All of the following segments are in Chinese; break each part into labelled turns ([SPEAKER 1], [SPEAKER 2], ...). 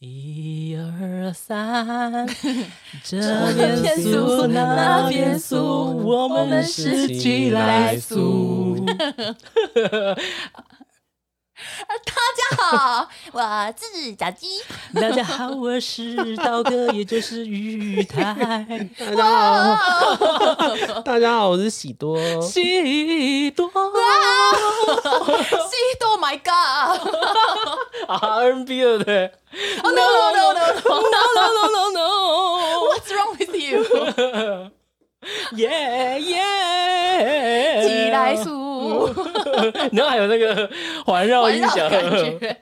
[SPEAKER 1] 一二 三，这边数那边数，我们是寄来数。
[SPEAKER 2] 大家好，我是小鸡。
[SPEAKER 1] 大家好，我是道哥，也就是 玉台
[SPEAKER 3] 大家好，大家好，我是喜多。
[SPEAKER 1] 哦西多。
[SPEAKER 2] 西多，My God！
[SPEAKER 3] RNB 对不对？
[SPEAKER 2] 哦、oh, no no no no
[SPEAKER 1] No no no no
[SPEAKER 2] no！What's wrong with you？
[SPEAKER 1] no！耶耶！
[SPEAKER 2] 寄来数，
[SPEAKER 3] 然后还有那个环绕
[SPEAKER 2] 环
[SPEAKER 3] 音
[SPEAKER 2] 绕
[SPEAKER 3] 响，
[SPEAKER 2] 感觉。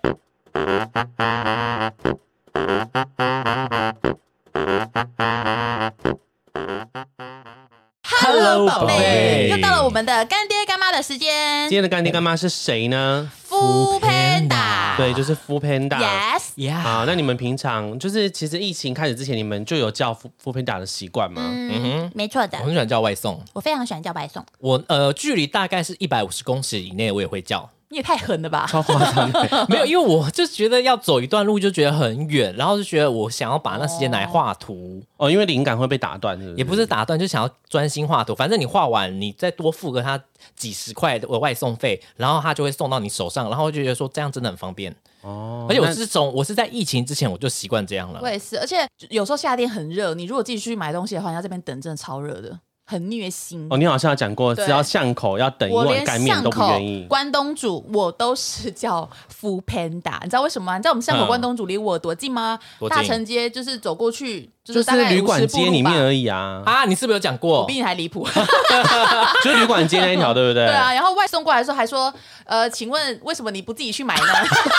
[SPEAKER 2] Hello，宝
[SPEAKER 3] 宝
[SPEAKER 2] 贝，
[SPEAKER 3] 贝
[SPEAKER 2] 又到了我们的干爹干妈的时间
[SPEAKER 3] 今。天的干爹干妈是谁呢？
[SPEAKER 2] 夫 Panda，
[SPEAKER 3] 对，就是 f o o Panda。
[SPEAKER 2] Yes，
[SPEAKER 1] 呀
[SPEAKER 4] 啊
[SPEAKER 3] 好，那你们平常就是其实疫情开始之前，你们就有叫 f o o Panda 的习惯吗？
[SPEAKER 2] 嗯，没错的
[SPEAKER 4] 我。很喜欢叫外送，
[SPEAKER 2] 我非常喜欢叫白送，
[SPEAKER 4] 我呃距离大概是一百五十公尺以内，我也会叫。
[SPEAKER 2] 你也太狠了吧！
[SPEAKER 3] 超夸张的，
[SPEAKER 4] 没有，因为我就觉得要走一段路就觉得很远，然后就觉得我想要把那时间拿来画图，
[SPEAKER 3] 哦，因为灵感会被打断，是不是
[SPEAKER 4] 也不是打断，就想要专心画图。反正你画完，你再多付个他几十块的外送费，然后他就会送到你手上，然后就觉得说这样真的很方便。
[SPEAKER 3] 哦
[SPEAKER 4] 而且我
[SPEAKER 3] 那
[SPEAKER 4] 是从我是在疫情之前我就习惯这样了
[SPEAKER 2] 我。也是，而且有时候夏天很热，你如果自己出去买东西的话，你要这边等，真的超热的，很虐心。
[SPEAKER 3] 哦，你好像有讲过，
[SPEAKER 2] 对
[SPEAKER 3] 只要巷口要等一
[SPEAKER 2] 我
[SPEAKER 3] 碗
[SPEAKER 2] 连
[SPEAKER 3] 干面
[SPEAKER 2] 巷
[SPEAKER 3] 都不
[SPEAKER 2] 口
[SPEAKER 3] 愿意。
[SPEAKER 2] 关东煮我都是叫 f Panda，你知道为什么吗？你知道我们巷
[SPEAKER 4] 嗯
[SPEAKER 2] 口关东煮离我有多近吗？
[SPEAKER 4] 多近
[SPEAKER 2] 大城街就是走过去，就
[SPEAKER 3] 就是
[SPEAKER 2] 大概
[SPEAKER 3] 旅馆
[SPEAKER 2] 50步
[SPEAKER 3] 街
[SPEAKER 2] 路
[SPEAKER 3] 里面
[SPEAKER 2] 吧。
[SPEAKER 3] 而已啊，
[SPEAKER 4] 啊，你是不是有讲
[SPEAKER 2] 我
[SPEAKER 4] 过
[SPEAKER 2] 比？你还离 谱，
[SPEAKER 3] 就是旅馆街那一条，对不对？
[SPEAKER 2] 对啊。然后外送过来的时候还说，呃，请问为什么你不自己去买呢？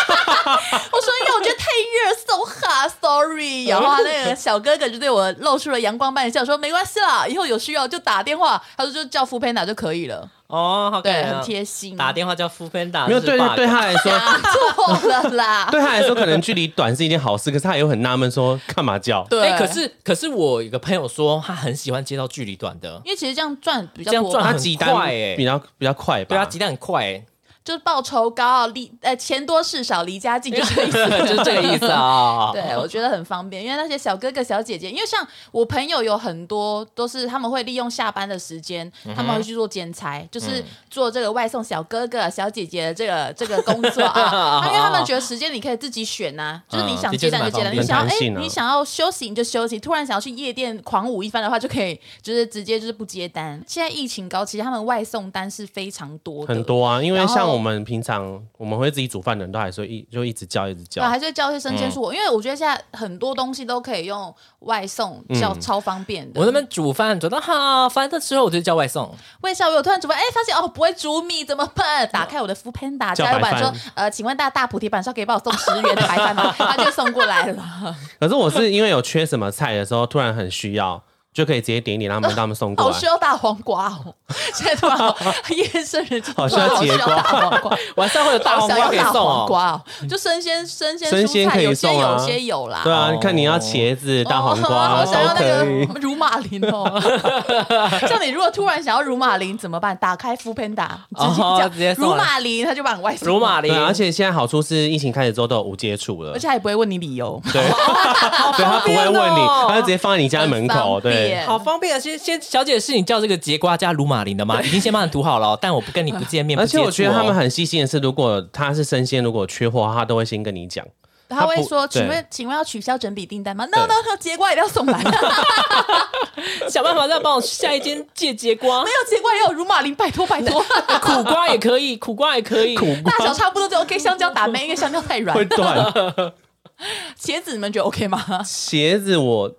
[SPEAKER 2] 我 说因为我觉得太热，so hot，sorry。然后那个小哥哥就对我露出了阳光般的笑，说没关系啦，以后有需要就打电话。他说就叫 f Panda 就可以了，
[SPEAKER 4] 哦，好感
[SPEAKER 2] 对，
[SPEAKER 3] 啊
[SPEAKER 4] 人哦
[SPEAKER 2] 很贴心。
[SPEAKER 4] 打电话叫 f o o Panda，
[SPEAKER 3] 没有
[SPEAKER 4] 这是
[SPEAKER 3] 对
[SPEAKER 4] bug
[SPEAKER 3] 对他来 说，
[SPEAKER 2] 打错了啦。
[SPEAKER 3] 对他来说可能距离短是一件好事，可是他也很纳闷说干嘛叫？
[SPEAKER 2] 对，
[SPEAKER 4] 哎、可是可是我有个朋友说，他很喜欢接到距离短的，
[SPEAKER 2] 因为其实这样赚比较
[SPEAKER 4] 这样
[SPEAKER 2] 多吧，
[SPEAKER 4] 赚
[SPEAKER 3] 他
[SPEAKER 4] 很
[SPEAKER 3] 急单
[SPEAKER 4] 快欸
[SPEAKER 3] 比较比较快吧？
[SPEAKER 4] 对啊，鸡蛋很快、欸，
[SPEAKER 2] 就是报酬高，离呃钱多事少，离家近，就是这 个意思。
[SPEAKER 4] 就是这个意思啊。
[SPEAKER 2] 对，我觉得很方便，因为那些小哥哥小姐姐，因为像我朋友有很多都是他们会利用下班的时间，
[SPEAKER 4] 嗯
[SPEAKER 2] 他们会去做兼差，就是做这个外送小哥哥小姐姐的这个这个工 作啊。因为他们觉得时间你可以自己选呐、就是你
[SPEAKER 4] 嗯
[SPEAKER 2] 想
[SPEAKER 4] 的
[SPEAKER 2] 接
[SPEAKER 4] 确是
[SPEAKER 2] 单就
[SPEAKER 4] 蛮
[SPEAKER 2] 接
[SPEAKER 4] 方
[SPEAKER 2] 单，你
[SPEAKER 3] 便
[SPEAKER 2] 想要
[SPEAKER 3] 很
[SPEAKER 2] 哎、
[SPEAKER 3] 弹性啊
[SPEAKER 2] 你想要休息你就休息，突然想要去夜店狂舞一番的话，就可以就是直接就是不接单。现在疫情高，其实他们外送单是非常多的，
[SPEAKER 3] 很多啊，因为
[SPEAKER 2] 然后
[SPEAKER 3] 像我们平常我们会自己煮饭的人都还是会一就一直叫一直
[SPEAKER 2] 对，
[SPEAKER 3] 叫，
[SPEAKER 2] 还是会叫一些生
[SPEAKER 3] 嗯
[SPEAKER 2] 鲜蔬果，因为我觉得现在很多东西都可以用外送
[SPEAKER 3] 嗯
[SPEAKER 2] 叫，超方便的。
[SPEAKER 4] 我那边煮饭煮到哈，反正之后我就叫外送，
[SPEAKER 2] 魏小伟，我突然煮饭，哎，发现哦，不会煮米怎么办？打开我的 f o o Panda
[SPEAKER 3] 叫
[SPEAKER 2] 加入
[SPEAKER 3] 白
[SPEAKER 2] 版说
[SPEAKER 3] 饭，
[SPEAKER 2] 呃，请问大大菩提板上可以帮我送十元的白饭吗？他就送过 来了，
[SPEAKER 3] 可是我是因为有缺什么菜的时候，突然很需要，就可以直接点一点，然后让他们送过
[SPEAKER 2] 好
[SPEAKER 3] 来
[SPEAKER 2] 需。要大黄瓜哦！现在突然好夜深人静，
[SPEAKER 3] 好需
[SPEAKER 2] 突然
[SPEAKER 3] 要
[SPEAKER 2] 好需
[SPEAKER 3] 节
[SPEAKER 2] 要大黄 瓜，
[SPEAKER 4] 晚上会有大
[SPEAKER 2] 好
[SPEAKER 4] 黄
[SPEAKER 2] 想
[SPEAKER 4] 瓜
[SPEAKER 2] 要
[SPEAKER 4] 可以
[SPEAKER 2] 大
[SPEAKER 4] 送
[SPEAKER 2] 黄
[SPEAKER 4] 哦。
[SPEAKER 2] 瓜哦，就生鲜生鲜
[SPEAKER 3] 生
[SPEAKER 2] 蔬
[SPEAKER 3] 鲜
[SPEAKER 2] 菜，
[SPEAKER 3] 可以
[SPEAKER 2] 有些
[SPEAKER 3] 送啊
[SPEAKER 2] 有些有啦，
[SPEAKER 3] 对啊，你看你要
[SPEAKER 4] 哦
[SPEAKER 3] 茄子、大黄瓜
[SPEAKER 2] 哦好想要
[SPEAKER 3] 都
[SPEAKER 2] 那
[SPEAKER 3] 可以。
[SPEAKER 2] 个乳马林哦。像你如果突然想要乳马林怎么办？打开 f o o Panda，
[SPEAKER 4] 哦
[SPEAKER 2] 直
[SPEAKER 4] 直
[SPEAKER 2] 接
[SPEAKER 4] 接
[SPEAKER 2] 叫
[SPEAKER 4] 送来
[SPEAKER 2] 乳马林，他就把你外送
[SPEAKER 4] 如马林，
[SPEAKER 3] 对啊，而且现在好处是疫情开始之后都有无接触了
[SPEAKER 2] 而，且还不会问你理由。
[SPEAKER 3] 对，对他不会问你，他就直接放在你家门
[SPEAKER 2] 很
[SPEAKER 3] 口，
[SPEAKER 2] 方
[SPEAKER 3] 对
[SPEAKER 2] 便。
[SPEAKER 4] 好方便啊！先先，小姐是你叫这个节瓜加如马林的 吗？已经先帮你涂好了哦，但我不跟你不见 面，
[SPEAKER 3] 而且
[SPEAKER 4] 不接触哦
[SPEAKER 3] 我觉得他们很细心的是，如果他是生鲜，如果缺货，他都会先跟你讲。
[SPEAKER 2] 他会
[SPEAKER 3] 不
[SPEAKER 2] 说：“
[SPEAKER 3] 对
[SPEAKER 2] 请问，请问要取消整笔订单吗？”No No No，节瓜一定要送来，没有
[SPEAKER 4] 想办法再帮我下一间借节 瓜，啊
[SPEAKER 2] 节瓜也有乳马林，拜托拜托，
[SPEAKER 4] 苦瓜也可以，苦瓜也可以，苦
[SPEAKER 2] 大小差不多就 OK。香蕉打没，因为香蕉太 软
[SPEAKER 3] 会。断
[SPEAKER 2] 茄子你们觉得 OK 吗？
[SPEAKER 3] 鞋子我，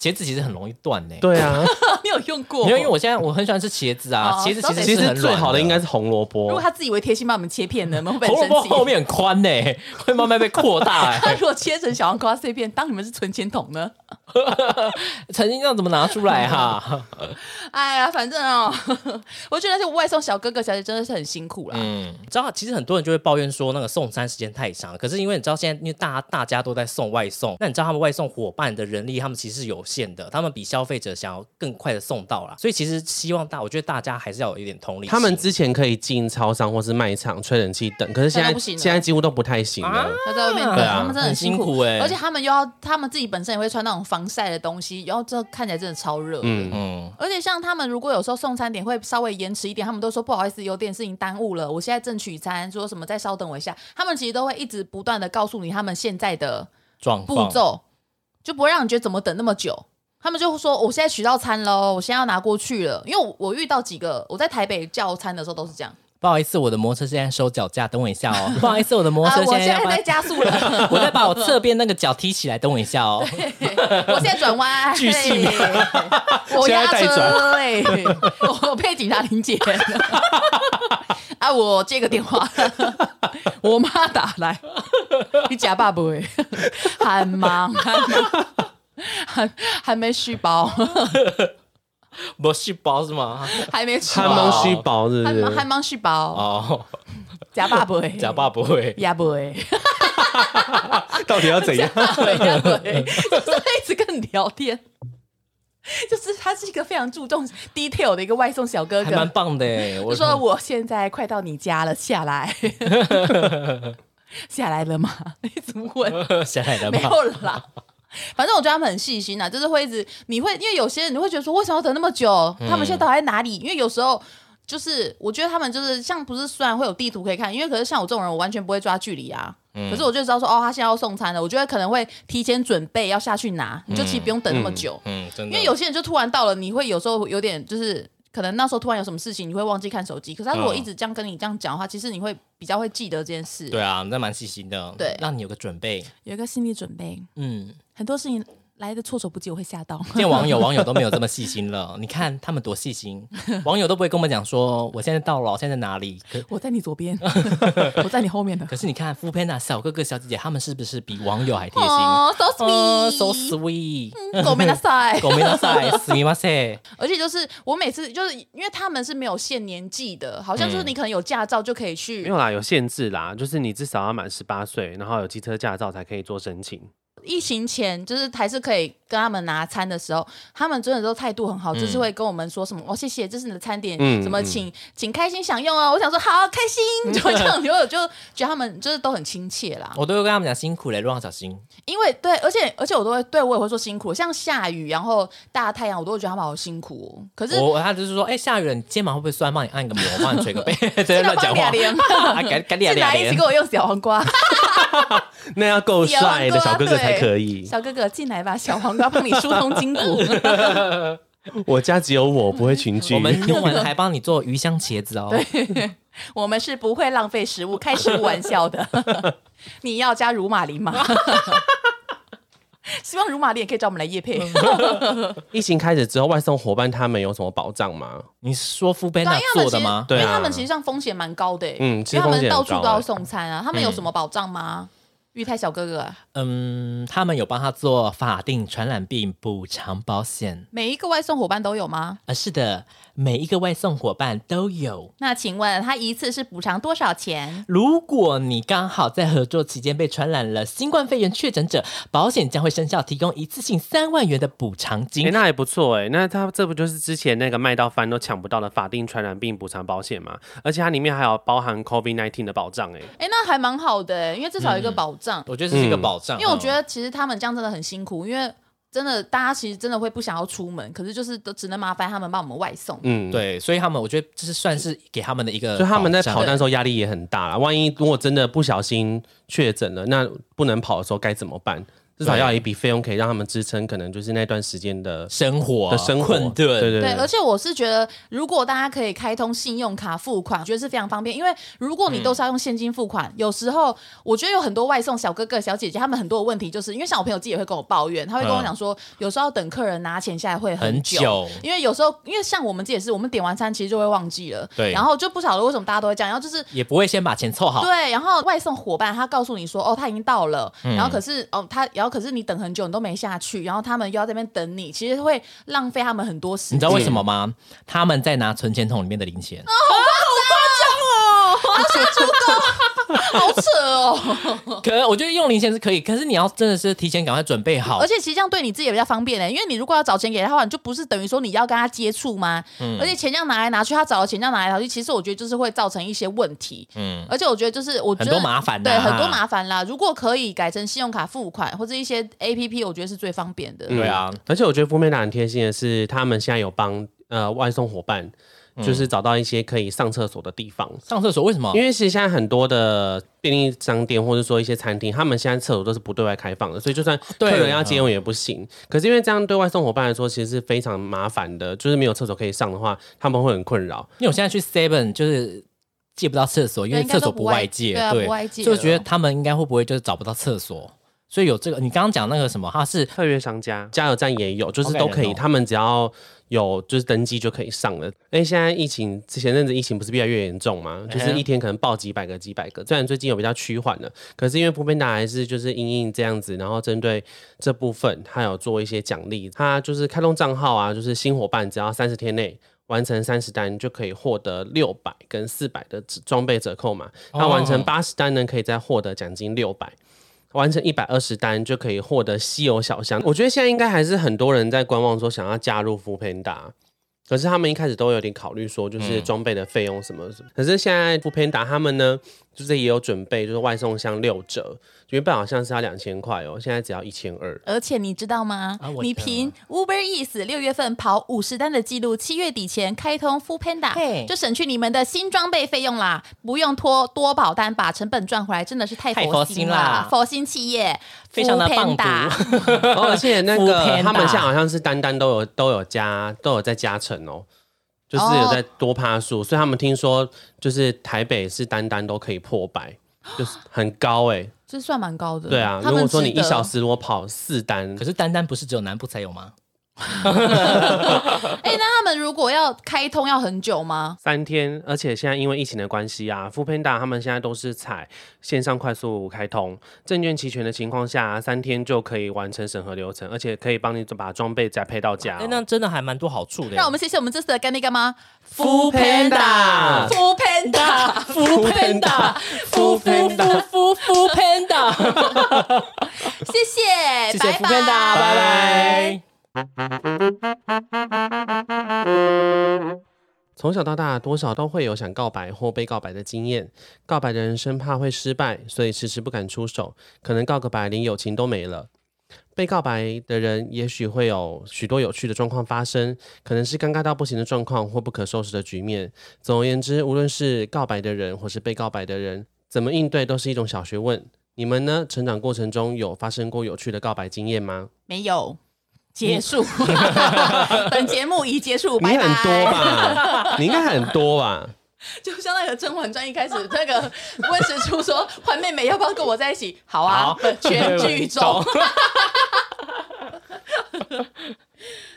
[SPEAKER 4] 茄子其实很容易断呢。
[SPEAKER 3] 对 啊，
[SPEAKER 2] 你有用过？
[SPEAKER 4] 没有，因为我现在我很喜欢吃茄子啊，
[SPEAKER 2] 哦
[SPEAKER 4] 茄子其实
[SPEAKER 3] 其
[SPEAKER 4] 是
[SPEAKER 3] 实
[SPEAKER 4] 很
[SPEAKER 3] 最
[SPEAKER 4] 软
[SPEAKER 3] 好的应
[SPEAKER 4] 该。
[SPEAKER 3] 该是红萝
[SPEAKER 2] 如果
[SPEAKER 3] 卜。
[SPEAKER 2] 他自己为贴心帮我们切片呢，我们会不
[SPEAKER 4] 红
[SPEAKER 2] 会
[SPEAKER 4] 萝卜
[SPEAKER 2] 很生气？
[SPEAKER 4] 后面很宽呢、 会慢慢被扩大、
[SPEAKER 2] 他
[SPEAKER 4] 欸。
[SPEAKER 2] 如果切成小黄瓜碎片，当你们是存钱筒呢？
[SPEAKER 4] 曾经这样怎么拿出来啊哈、
[SPEAKER 2] 哎呀，反正哦， 我觉得那些外送小哥哥小姐真的是很辛苦啦。
[SPEAKER 4] 嗯，你知道，其实很多人就会抱怨说那个送餐时间太长，可是因为你知道现在因为大大家都在送外送，那你知道他们外送伙伴的人力他们其实是有限的，他们比消费者想要更快的送到啦。所以其实希望大，我觉得大家还是要有一点同理心。
[SPEAKER 3] 他们之前可以进超商或是卖场吹冷气等，可是现
[SPEAKER 2] 现在
[SPEAKER 3] 在
[SPEAKER 2] 不行了
[SPEAKER 3] 现在几乎都不太行了。
[SPEAKER 2] 他在外面等，
[SPEAKER 4] 对啊
[SPEAKER 2] 他们真的
[SPEAKER 4] 很
[SPEAKER 2] 辛
[SPEAKER 4] 辛苦欸
[SPEAKER 2] 而且他们又要，他们自己本身也会穿那种防晒的东西，然后这看起来真的超热。嗯，
[SPEAKER 3] 嗯，
[SPEAKER 4] 嗯，
[SPEAKER 2] 而且像他们如果有时候送餐点会稍微延迟一点，他们都说不好意思，有点事情耽误了，我现在正取餐，说什么再稍等我一下。他们其实都会一直不断的告诉你他们现在的
[SPEAKER 4] 状
[SPEAKER 2] 步
[SPEAKER 4] 况
[SPEAKER 2] 骤，就不会让你觉得怎么等那么久。他们就会说：“我现在取到餐喽，我现在要拿过去了。”因为我我遇到几个我在台北叫餐的时候都是这样，
[SPEAKER 4] 不好意思，我的摩托车现在收脚架，等我一下 哦。不好意思，我的摩
[SPEAKER 2] 啊，
[SPEAKER 4] 托车
[SPEAKER 2] 我现
[SPEAKER 4] 要
[SPEAKER 2] 在
[SPEAKER 4] 把、
[SPEAKER 2] 在加速 了，
[SPEAKER 4] 我在把我侧边那个脚踢起来，等我一下 哦。
[SPEAKER 2] 我现在转 弯，
[SPEAKER 4] 巨细
[SPEAKER 2] 嘿 我压
[SPEAKER 3] 现在带
[SPEAKER 2] 车哎、我被警察临检。 啊，我接个电话，我妈打来，你假爸不会，很忙，很忙还还没续包，
[SPEAKER 4] 不是包是吗？
[SPEAKER 2] 还没续
[SPEAKER 3] 憨
[SPEAKER 2] 包，
[SPEAKER 3] 猫虚薄是不
[SPEAKER 2] 还
[SPEAKER 3] 是？
[SPEAKER 2] 忙还忙续包，
[SPEAKER 4] 哦，
[SPEAKER 2] 假爸不会，
[SPEAKER 4] 假爸不会，
[SPEAKER 2] 也不会，啊
[SPEAKER 3] 到底要怎样？
[SPEAKER 2] 对呀，对，就是会一直跟你聊天。 就是他是一个非常注重 detail 的一个外送小哥
[SPEAKER 4] 还
[SPEAKER 2] 哥，
[SPEAKER 4] 蛮棒的欸 耶。
[SPEAKER 2] 我说我现在快到你家了，下 来，下来了吗？ 一直问，
[SPEAKER 4] 谁来的
[SPEAKER 2] 没
[SPEAKER 4] 吧？
[SPEAKER 2] 有啦。反正我觉得他们很细心啊，就是会一直，你会因为有些人你会觉得说，为什么要等那么久？
[SPEAKER 4] 嗯
[SPEAKER 2] 他们现在到底在哪里？因为有时候就是我觉得他们就是像不是虽然会有地图可以看，因为可是像我这种人，我完全不会抓距离啊。
[SPEAKER 4] 嗯
[SPEAKER 2] 可是我就知道说，哦，他现在要送餐了，我觉得可能会提前准备要下去拿，你就其实不用等那么久。
[SPEAKER 4] 嗯，真的，
[SPEAKER 2] 因为有些人就突然到了，你会有时候有点就是，可能那时候突然有什么事情，你会忘记看手机。可是他如果
[SPEAKER 4] 嗯
[SPEAKER 2] 一直这样跟你这样讲的话，其实你会比较会记得这件事，
[SPEAKER 4] 对啊，那蛮细心的，
[SPEAKER 2] 对
[SPEAKER 4] 让你有个准备。
[SPEAKER 2] 有一个心理准备。
[SPEAKER 4] 嗯，
[SPEAKER 2] 很多事情来的措手不及，我会吓 到。
[SPEAKER 4] 见网友，网友都没有这么细心了。你看他们多细 心，网友都不会跟我们讲说我现在到了，我现在在哪里。可
[SPEAKER 2] 我在你左 边，我在你后面呢。
[SPEAKER 4] 可是你看 f o o Panda 小哥哥、小姐姐，他们是不是比网友还贴心？
[SPEAKER 2] 哦，so
[SPEAKER 4] 哦，so
[SPEAKER 2] sweet，
[SPEAKER 4] sweet，
[SPEAKER 2] 狗没得塞。
[SPEAKER 4] ごめんなさ い、すみません。
[SPEAKER 2] 而且就是我每次就是因为他们是没有限年纪的，好像就是你可能有驾照就可以
[SPEAKER 3] 嗯没
[SPEAKER 2] 去
[SPEAKER 3] 有。啦，有限制啦，就是你至少要满十八岁，然后有机车驾照才可以做申请。
[SPEAKER 2] 疫情前就是还是可以跟他们拿餐的时候，他们真的都态度很好，就是会跟我们说什么哦，谢谢，这是你的餐点，
[SPEAKER 3] 嗯
[SPEAKER 2] 什么
[SPEAKER 3] 嗯
[SPEAKER 2] 请请开心享用哦。我想说好开心，就会这样， 我就觉得他们就是都很亲切啦。
[SPEAKER 4] 我都会跟他们讲辛苦了，路上小心。
[SPEAKER 2] 因为对，而且而且我都会对我也会说辛苦，像下雨然后大太阳，我都会觉得他们好辛苦、哦。可是
[SPEAKER 4] 我他就是说，哎、下雨了，你肩膀会不会酸？帮你按个摩，帮你捶个 背， 在乱讲话
[SPEAKER 2] 这个帮你。
[SPEAKER 4] 啊赶赶紧
[SPEAKER 2] 是
[SPEAKER 4] 俩
[SPEAKER 2] 哪一
[SPEAKER 4] 脸
[SPEAKER 2] 次给，我用小黄瓜？
[SPEAKER 3] 那要够
[SPEAKER 2] 啊
[SPEAKER 3] 帅的小哥哥才可以。
[SPEAKER 2] 小哥哥进来吧，小黄瓜帮你疏通筋骨。
[SPEAKER 3] 我家只有我不会群聚。
[SPEAKER 4] 我们用完还帮你做鱼香茄子哦。
[SPEAKER 2] 我们是不会浪费食物、开食物玩笑的。 你要加乳马林吗？ 希望乳马林也可以找我们来夜配。
[SPEAKER 3] 疫情开始之后，外送伙伴他们有什么保障吗？
[SPEAKER 4] 你是说 f o o
[SPEAKER 2] 对啊
[SPEAKER 4] Panda
[SPEAKER 2] 因为他们
[SPEAKER 4] 做
[SPEAKER 2] 其
[SPEAKER 4] 的
[SPEAKER 2] 实
[SPEAKER 4] 吗？
[SPEAKER 3] 对啊
[SPEAKER 2] 因为他们其实上风险蛮高的欸、
[SPEAKER 3] 嗯
[SPEAKER 2] 因
[SPEAKER 3] 其
[SPEAKER 2] 为
[SPEAKER 3] 实
[SPEAKER 2] 他
[SPEAKER 3] 风险
[SPEAKER 2] 们到
[SPEAKER 3] 很
[SPEAKER 2] 处
[SPEAKER 3] 高
[SPEAKER 2] 都要
[SPEAKER 3] 欸
[SPEAKER 2] 送餐啊，他们有什么保障吗？玉泰小哥哥啊、
[SPEAKER 4] 嗯，他们有帮他做法定传染病补偿保险。
[SPEAKER 2] 每一个外送伙伴都有吗？
[SPEAKER 4] 啊，是的，每一个外送伙伴都有。
[SPEAKER 2] 那请问他一次是补偿多少钱？
[SPEAKER 4] 如果你刚好在合作期间被传染了新冠肺炎确诊者，保险将会生效提供一次性三万元的补偿
[SPEAKER 3] 哎、
[SPEAKER 4] 金。
[SPEAKER 3] 那还不错哎、那他这不就是之前那个卖到翻都抢不到的法定传染病补偿保险吗？而且它里面还有包含 COVID nineteen 的保障哎、
[SPEAKER 2] 哎、那还蛮好的、因为至少有一个保障。
[SPEAKER 4] 我觉得这是一个保障，
[SPEAKER 2] 因为我觉
[SPEAKER 4] 嗯
[SPEAKER 2] 得其实他们这样真的很辛苦，因为真的大家其实真的会不想要出门，可是就是都只能麻烦他们帮我们外送。
[SPEAKER 3] 嗯，。
[SPEAKER 4] 对，所以他们我觉得这是算是给他们的一个保
[SPEAKER 3] 所
[SPEAKER 4] 障，
[SPEAKER 3] 以他们在跑单的时候压力也很大啦。万一如果真的不小心确诊了，那不能跑的时候该怎么办？至少要有一笔费用可以让他们支撑，可能就是那段时间的
[SPEAKER 4] 生活
[SPEAKER 3] 的生活
[SPEAKER 4] 困顿，
[SPEAKER 3] 对对
[SPEAKER 2] 对，而
[SPEAKER 3] 对，
[SPEAKER 2] 且我是觉得，如果大家可以开通信用卡付款，我觉得是非常方便。因为如果你
[SPEAKER 4] 嗯
[SPEAKER 2] 都是要用现金付款，有时候我觉得有很多外送小哥哥、小姐姐，他们很多的问题，就是因为像我朋友自己也会跟我抱怨，他会跟我讲说，有时候等客人拿钱下来会
[SPEAKER 4] 嗯很
[SPEAKER 2] 久，
[SPEAKER 4] 久
[SPEAKER 2] 因为有时候因为像我们自己也是，我们点完餐其实就会忘记了，
[SPEAKER 4] 对
[SPEAKER 2] 然后就不晓得为什么大家都会这样，然后就是
[SPEAKER 4] 也不会先把钱凑好，
[SPEAKER 2] 对，然后外送伙伴他告诉你说，哦，他已经到了，
[SPEAKER 4] 嗯
[SPEAKER 2] 然后可是哦，他然后可是你等很久你都没下去，然后他们又要在那边等你，其实会浪费他们很多时间。
[SPEAKER 4] 你知道为什么吗？他们在拿存钱筒里面的零钱，
[SPEAKER 2] 哦？我要说出好扯 哦！
[SPEAKER 4] 可我觉得用零钱是可以，可是你要真的是提前赶快准备好
[SPEAKER 2] 而。且其实这样对你自己也比较方便欸呢、因为你如果要找钱给他的话，你就不是等于说你要跟他接触吗？
[SPEAKER 4] 嗯
[SPEAKER 2] 而且钱这样拿来拿去，他找的钱这样拿来拿去，其实我觉得就是会造成一些问题。
[SPEAKER 4] 嗯，
[SPEAKER 2] 而且我觉得就是我觉得
[SPEAKER 4] 很多麻烦啊呐
[SPEAKER 2] 对，很多麻烦啦。如果可以改成信用卡付款或者一些 A P P，我觉得是最方便的。
[SPEAKER 4] 对啊，
[SPEAKER 3] 嗯而且我觉得富美达很贴心的是，他们现在有帮呃外送伙伴，
[SPEAKER 4] 嗯
[SPEAKER 3] 就是找到一些可以上厕所的地方。
[SPEAKER 4] 上厕所为什么
[SPEAKER 3] 因？为其实现在很多的便利商店或者说一些餐厅，他们现在厕所都是不对外开放的，所以就算客
[SPEAKER 4] 对
[SPEAKER 3] 人要接用也不行。可是因为这样对外送伙伴来说，其实是非常麻烦的，就是没有厕所可以上的话，他们会很困扰。
[SPEAKER 4] 因为我现在去 Seven 就是借不到厕所，因为
[SPEAKER 2] 应该都
[SPEAKER 4] 厕所
[SPEAKER 2] 不外
[SPEAKER 4] 外借，
[SPEAKER 2] 对啊
[SPEAKER 4] 对，
[SPEAKER 2] 不外借
[SPEAKER 4] 所以我觉得
[SPEAKER 2] 了
[SPEAKER 4] 他们应该会不会就是找不到厕所？所以有这个，你刚刚讲那个什么，他是
[SPEAKER 3] 特约商家、加油站也有，就是
[SPEAKER 4] 好感
[SPEAKER 3] 都
[SPEAKER 4] 人
[SPEAKER 3] 可以，
[SPEAKER 4] 哦
[SPEAKER 3] 他们只要有就是登记就可以上了。因为现在疫情之前阵子疫情不是越来越严重嘛，就
[SPEAKER 4] 嗯
[SPEAKER 3] 是
[SPEAKER 4] 哼
[SPEAKER 3] 一天可能报几百个、几百个。虽然最近有比较趋缓了，可是因为普遍达还是就是因应这样子，然后针对这部分，它有做一些奖励。它就是开通账号啊，就是新伙伴只要三十天内。完成三十单就可以获得六百跟四百的装备折扣嘛，那完成
[SPEAKER 4] 哦
[SPEAKER 3] 八十单呢，可以再获得奖金六百。完成一百二十单就可以获得稀有小箱。我觉得现在应该还是很多人在观望，说想要加入 f o o Panda，可是他们一开始都有点考虑说，就是装备的费用什么什么。可是现在 f o o Panda 他们呢，就是也有准备，就是外送箱六折，原本好像是要两千块哦，现在只要一千 二。
[SPEAKER 2] 而且你知道吗？
[SPEAKER 4] 啊我
[SPEAKER 2] 你
[SPEAKER 4] 知道
[SPEAKER 2] 凭 Uber Eats 六月份跑五十单的记录，七月底前开通 f o o Panda，
[SPEAKER 4] 嘿
[SPEAKER 2] 就省去你们的新装备费用啦，不用拖多保单，把成本赚回来，真的是太
[SPEAKER 4] 太
[SPEAKER 2] 佛
[SPEAKER 4] 佛
[SPEAKER 2] 心
[SPEAKER 4] 心
[SPEAKER 2] 啦
[SPEAKER 4] 啦！
[SPEAKER 2] 佛心企业，
[SPEAKER 4] 非常的
[SPEAKER 2] Food
[SPEAKER 4] 棒 啊
[SPEAKER 2] Panda
[SPEAKER 4] 读，
[SPEAKER 3] 哦而且那个
[SPEAKER 4] Foodpanda
[SPEAKER 3] 他们现在好像是单单都有都有加都有在加成哦，就是有在多趴数，所以他们听说就是台北是单单都可以破百，就是很高 哎、
[SPEAKER 2] 这算蛮高的。
[SPEAKER 3] 对啊，
[SPEAKER 2] 他
[SPEAKER 3] 如
[SPEAKER 2] 们
[SPEAKER 3] 果说你
[SPEAKER 2] 值
[SPEAKER 3] 一
[SPEAKER 2] 得
[SPEAKER 3] 小时如果跑四单
[SPEAKER 4] 可，是单单不是只有南部才有吗？
[SPEAKER 2] 哎、那他们如果要开通要很久吗？
[SPEAKER 3] 三天，而且现在因为疫情的关系啊 f o o Panda 他们现在都是采线上快速开通，证券齐全的情况下、三天就可以完成审核流程，而且可以帮你把装备再配到家、哦
[SPEAKER 4] 哎，那真的还蛮多好处的耶。
[SPEAKER 2] 让我们谢谢我们这次的干爹干妈
[SPEAKER 3] Food Panda
[SPEAKER 2] Food Panda。
[SPEAKER 4] Food
[SPEAKER 3] Panda，
[SPEAKER 4] Food Panda，Food Food Panda，
[SPEAKER 2] 谢谢，
[SPEAKER 4] 谢谢
[SPEAKER 2] 拜
[SPEAKER 4] Food Panda，拜拜。
[SPEAKER 3] 从小到大，多少都会有想告白或被告白的经验。告白的人生怕会失败，所以迟迟不敢出手，可能告个白连友情都没了。被告白的人也许会有许多有趣的状况发生，可能是尴尬到不行的状况或不可收拾的局面。总而言之，无论是告白的人或是被告白的人，怎么应对都是一种小学问。你们呢？成长过程中有发生过有趣的告白经验吗？
[SPEAKER 2] 没有。结束，本节目已结束，
[SPEAKER 3] 你
[SPEAKER 2] 拜拜。
[SPEAKER 3] 很多吧？你应该很多 吧？
[SPEAKER 2] 就像那个《甄嬛传》一开始，那个温实初说：“环妹妹要不要跟我在一起？”好啊
[SPEAKER 4] 好，
[SPEAKER 2] 本全 剧终
[SPEAKER 4] 懂。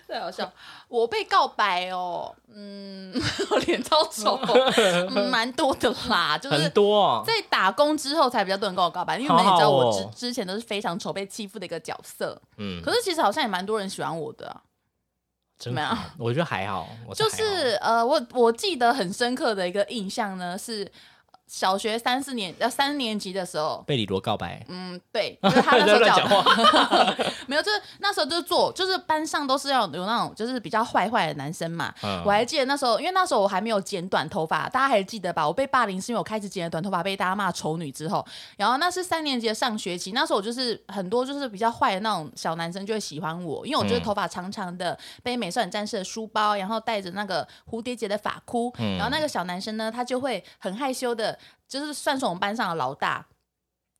[SPEAKER 2] 太好笑，我被告白哦，嗯， 我脸超丑哦，嗯蛮、多的啦，就
[SPEAKER 4] 很
[SPEAKER 2] 是。
[SPEAKER 4] 多哦
[SPEAKER 2] 在打工之后才比较多人跟我告白，因为你知道
[SPEAKER 4] 好好
[SPEAKER 2] 我
[SPEAKER 4] 哦
[SPEAKER 2] 之之前都是非常丑被欺负的一个角色，
[SPEAKER 4] 嗯
[SPEAKER 2] 可是其实好像也蛮多人喜欢我的啊、
[SPEAKER 4] 真
[SPEAKER 2] 没有
[SPEAKER 4] 好我觉得还好，我
[SPEAKER 2] 就
[SPEAKER 4] 还好
[SPEAKER 2] 是呃，我我记得很深刻的一个印象呢，是小学三四年呃三年级的时候，
[SPEAKER 4] 被李罗告白，
[SPEAKER 2] 嗯，对，就是 他那时候
[SPEAKER 4] 不要乱
[SPEAKER 2] 讲
[SPEAKER 4] 讲
[SPEAKER 2] 话，没有，就是那时候就是做，就是班上都是要有那种就是比较坏坏的男生嘛。
[SPEAKER 4] 嗯
[SPEAKER 2] 我还记得那时候，因为那时候我还没有剪短头发，大家还记得吧？我被霸凌是因为我开始剪了短头发，被大家骂丑女之后，然后那是三年级的上学期，那时候我就是很多就是比较坏的那种小男生就会喜欢我，因为我就是头发长长的，背美少女战士的书包，然后戴着那个蝴蝶结的发箍，然后那个小男生呢，他就会很害羞的，就是算是我们班上的老大，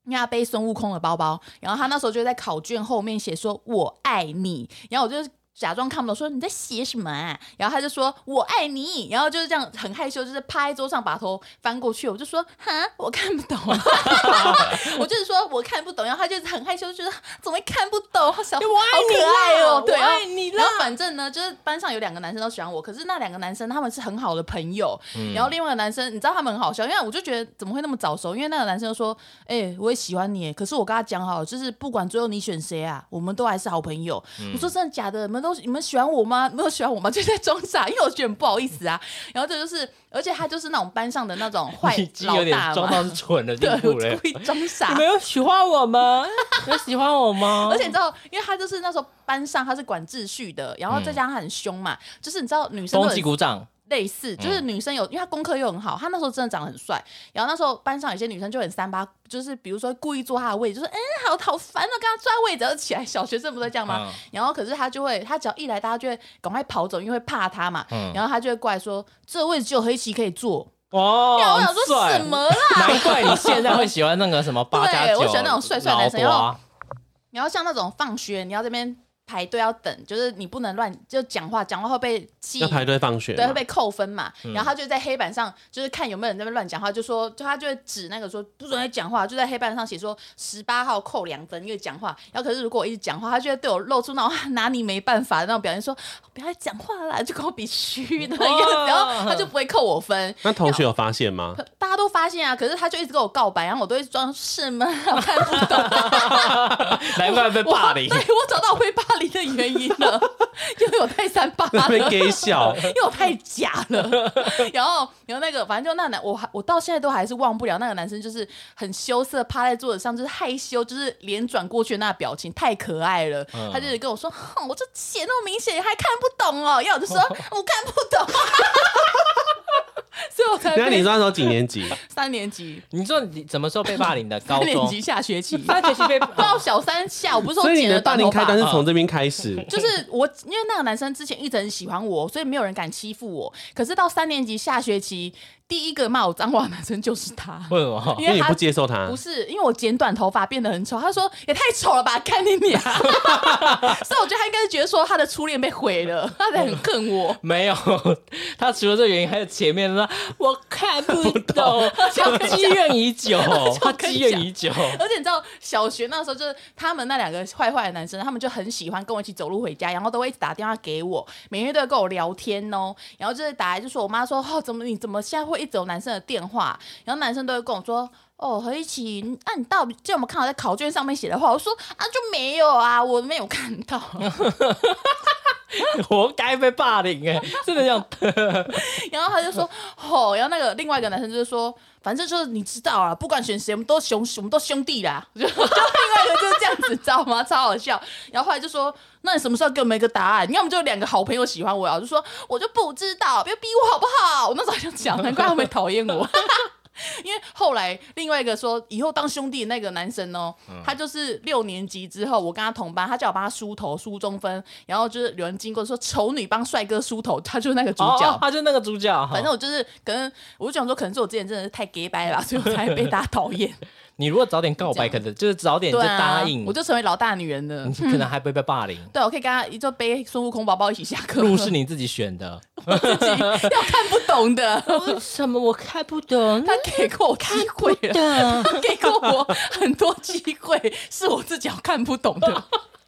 [SPEAKER 2] 因为他背孙悟空的包包，然后他那时候就在考卷后面写说“我爱你”，然后我就假装看不懂，说你在写什么啊？然后他就说“我爱你”，然后就是这样很害羞，就是趴在桌上把头翻过去，我就说“哈，我看不懂”， 我就是说我看不懂，然后他就是很害羞，就是怎么会看不懂？小
[SPEAKER 4] 我爱你啦
[SPEAKER 2] 好可爱哦，对，
[SPEAKER 4] 我爱你啦
[SPEAKER 2] 然后反正呢，就是班上有两个男生都喜欢我，可是那两个男生他们是很好的朋友，
[SPEAKER 4] 嗯
[SPEAKER 2] 然后另外一个男生你知道他们很好笑，因为我就觉得怎么会那么早熟？因为那个男生就说：“哎、我也喜欢
[SPEAKER 4] 嗯
[SPEAKER 2] 你耶，可是我跟他讲好了，就是不管最后你选谁啊，我们都还是好朋友。我说：“真的假的？你们都都你们喜欢我吗？没有喜欢我吗？就在装傻，因为我觉得很不好意思啊。然后这就是，而且他就是那种班上的那种 坏
[SPEAKER 4] 你已经
[SPEAKER 2] 老
[SPEAKER 4] 有点
[SPEAKER 2] 大
[SPEAKER 4] 装到
[SPEAKER 2] 嘛，
[SPEAKER 4] 是蠢的地
[SPEAKER 2] 对，
[SPEAKER 4] 步
[SPEAKER 2] 我就
[SPEAKER 4] 了。
[SPEAKER 2] 故意装傻
[SPEAKER 1] 你。们有喜欢我吗？有喜欢我吗？
[SPEAKER 4] 哦
[SPEAKER 2] 而且你知道，因为他就是那时候班上他是管秩序的，然
[SPEAKER 4] 嗯
[SPEAKER 2] 后再加上他很凶嘛，就是你知道女生都
[SPEAKER 4] 冬
[SPEAKER 2] 很
[SPEAKER 4] 季鼓掌，
[SPEAKER 2] 类似，就是
[SPEAKER 4] 嗯
[SPEAKER 2] 女生有，因为他功课又很好，他那时候真的长得很帅。然后那时候班上有些女生就很三八，就是比如说故意坐他的位置，就说嗯好好烦哦，跟他抓位置而起来。小学生不是这样吗？
[SPEAKER 4] 嗯
[SPEAKER 2] 然后可是他就会，他只要一来，大家就会赶快跑走，因为会怕他嘛。
[SPEAKER 4] 嗯
[SPEAKER 2] 然后他就会过来说这位置只有黑棋可以坐。
[SPEAKER 4] 哦
[SPEAKER 2] 然后我想说
[SPEAKER 4] 帅
[SPEAKER 2] 什么啦？
[SPEAKER 4] 难怪你现在会喜欢那个什么八加
[SPEAKER 2] 对
[SPEAKER 4] 九，
[SPEAKER 2] 我喜欢那种帅帅的男生
[SPEAKER 4] 老瓜啊
[SPEAKER 2] 然然后像那种放学你要这边排队要等，就是你不能乱就讲话，讲话会被记
[SPEAKER 3] 要排队放学嘛，
[SPEAKER 2] 对，会被扣分嘛。然后他就在黑板上，就是看有没有人在那边乱讲话，就说，就他就会指那个说不准再讲话，就在黑板上写说十八号扣两分，因为讲话。然后可是如果我一直讲话，他就会对我露出那种拿你没办法的那种表情，说不要再讲话啦，就跟我比虚的样子，
[SPEAKER 4] 哦
[SPEAKER 2] 然后他就不会扣我分。
[SPEAKER 3] 那同学有发现吗？
[SPEAKER 2] 大家都发现啊，可是他就一直跟我告白，然后我都会装是吗？我看不懂，
[SPEAKER 4] 难怪被霸凌
[SPEAKER 2] 我 对。我找到我被霸凌的原因了，因为我太三八
[SPEAKER 3] 那
[SPEAKER 2] 了。
[SPEAKER 3] 边给 笑，
[SPEAKER 2] 因为我太假了。 然后，然后那个，反正就那男，我还我到现在都还是忘不了那个男生，就是很羞涩，趴在桌子上，就是害羞，就是脸转过去的那表情太可爱了。
[SPEAKER 4] 嗯
[SPEAKER 2] 他就是跟我说：“哼，我这写那么明显，你还看不懂哦。”要我就说：“我看不懂。”啊 所以我才
[SPEAKER 3] 那你
[SPEAKER 2] 被
[SPEAKER 3] 那时候几年级？
[SPEAKER 2] 三年级，
[SPEAKER 4] 你说你什么时候被霸凌的？高
[SPEAKER 2] 三年
[SPEAKER 4] 中
[SPEAKER 2] 级下学 期
[SPEAKER 4] 八九七被
[SPEAKER 2] 到小三下，我不是说
[SPEAKER 3] 所以你
[SPEAKER 2] 剪了
[SPEAKER 3] 的霸
[SPEAKER 2] 短
[SPEAKER 3] 凌
[SPEAKER 2] 头
[SPEAKER 3] 开
[SPEAKER 2] 发嗯
[SPEAKER 3] 端。是从这边开始。
[SPEAKER 2] 就是我，因为那个男生之前一直很喜欢我，所以没有人敢欺负我。可是到三年级下学期，第一个骂我脏话的男生就是他，
[SPEAKER 4] 为什么？
[SPEAKER 2] 因
[SPEAKER 3] 因
[SPEAKER 2] 为
[SPEAKER 3] 为哦你
[SPEAKER 2] 他
[SPEAKER 3] 不啊接受他
[SPEAKER 2] 不，是因为我剪短头发变得很丑，他说也太丑了吧，干你 娘！ 所以我觉得他应该是觉得说他的初恋被毁了，他才很恨 我。
[SPEAKER 3] 哦
[SPEAKER 4] 没有， 他除了这个原因，还有前面说我看不懂，
[SPEAKER 2] 我
[SPEAKER 4] 他
[SPEAKER 2] 跟你讲
[SPEAKER 4] 积怨已久，他
[SPEAKER 2] 我跟
[SPEAKER 4] 积
[SPEAKER 2] 你
[SPEAKER 4] 怨
[SPEAKER 2] 讲
[SPEAKER 4] 已久。
[SPEAKER 2] 而且你知道，小学那时候就是他们那两个坏坏的男生，他们就很喜欢跟我一起走路回家，然后都会一直打电话给我，每天都会跟我聊天哦。然后就是打来就说我妈说哦，怎么你怎么现在会一直有男生的电话？然后男生都会跟我说。哦，何一起，那、你到底就有没有看到在考卷上面写的话？我说啊，就没有啊，我没有看到。
[SPEAKER 4] 活该被霸凌哎、真的这 样。
[SPEAKER 2] 然后他就说，哦，然后那个另外一个男生就是说，反正就是你知道啊，不管选谁，我们都兄，我们都兄弟啦。 就就另外一个就是这样子，知道吗？超好笑。然后后来就说，那你什么时候给我们一个答案？你要么就有两个好朋友喜欢我啊，我就说我就不知道，别逼我好不好？我那时候就讲，难怪他们讨厌我。 因为后来另外一个说以后当兄弟的那个男生哦，他就是六年级之后，我跟他同班，他叫我帮他梳头、梳中分，然后就是有人经过说丑女帮帅哥梳头，他就是那个主 角。
[SPEAKER 4] 哦，他就那个主角。
[SPEAKER 2] 反正我就是，可能我就想说，可能是我之前真的是太 gay 掰了吧， 所以我才被大家讨 厌。
[SPEAKER 4] 你如果早点告白，
[SPEAKER 2] 这样
[SPEAKER 4] 可能就是早点就
[SPEAKER 2] 对啊，
[SPEAKER 4] 答应，
[SPEAKER 2] 我就嗯成为老大女人了
[SPEAKER 4] 你。 可能还不会被霸凌。
[SPEAKER 2] 对，啊我可以跟他一就背孙悟空宝宝一起下课。
[SPEAKER 4] 路是你自己选 的，
[SPEAKER 2] 自己要看不懂的，
[SPEAKER 1] 为什么我看不懂
[SPEAKER 2] 他给过我机会 了，
[SPEAKER 1] 的？
[SPEAKER 2] 他给过我很多机会，是我自己要看不懂 的，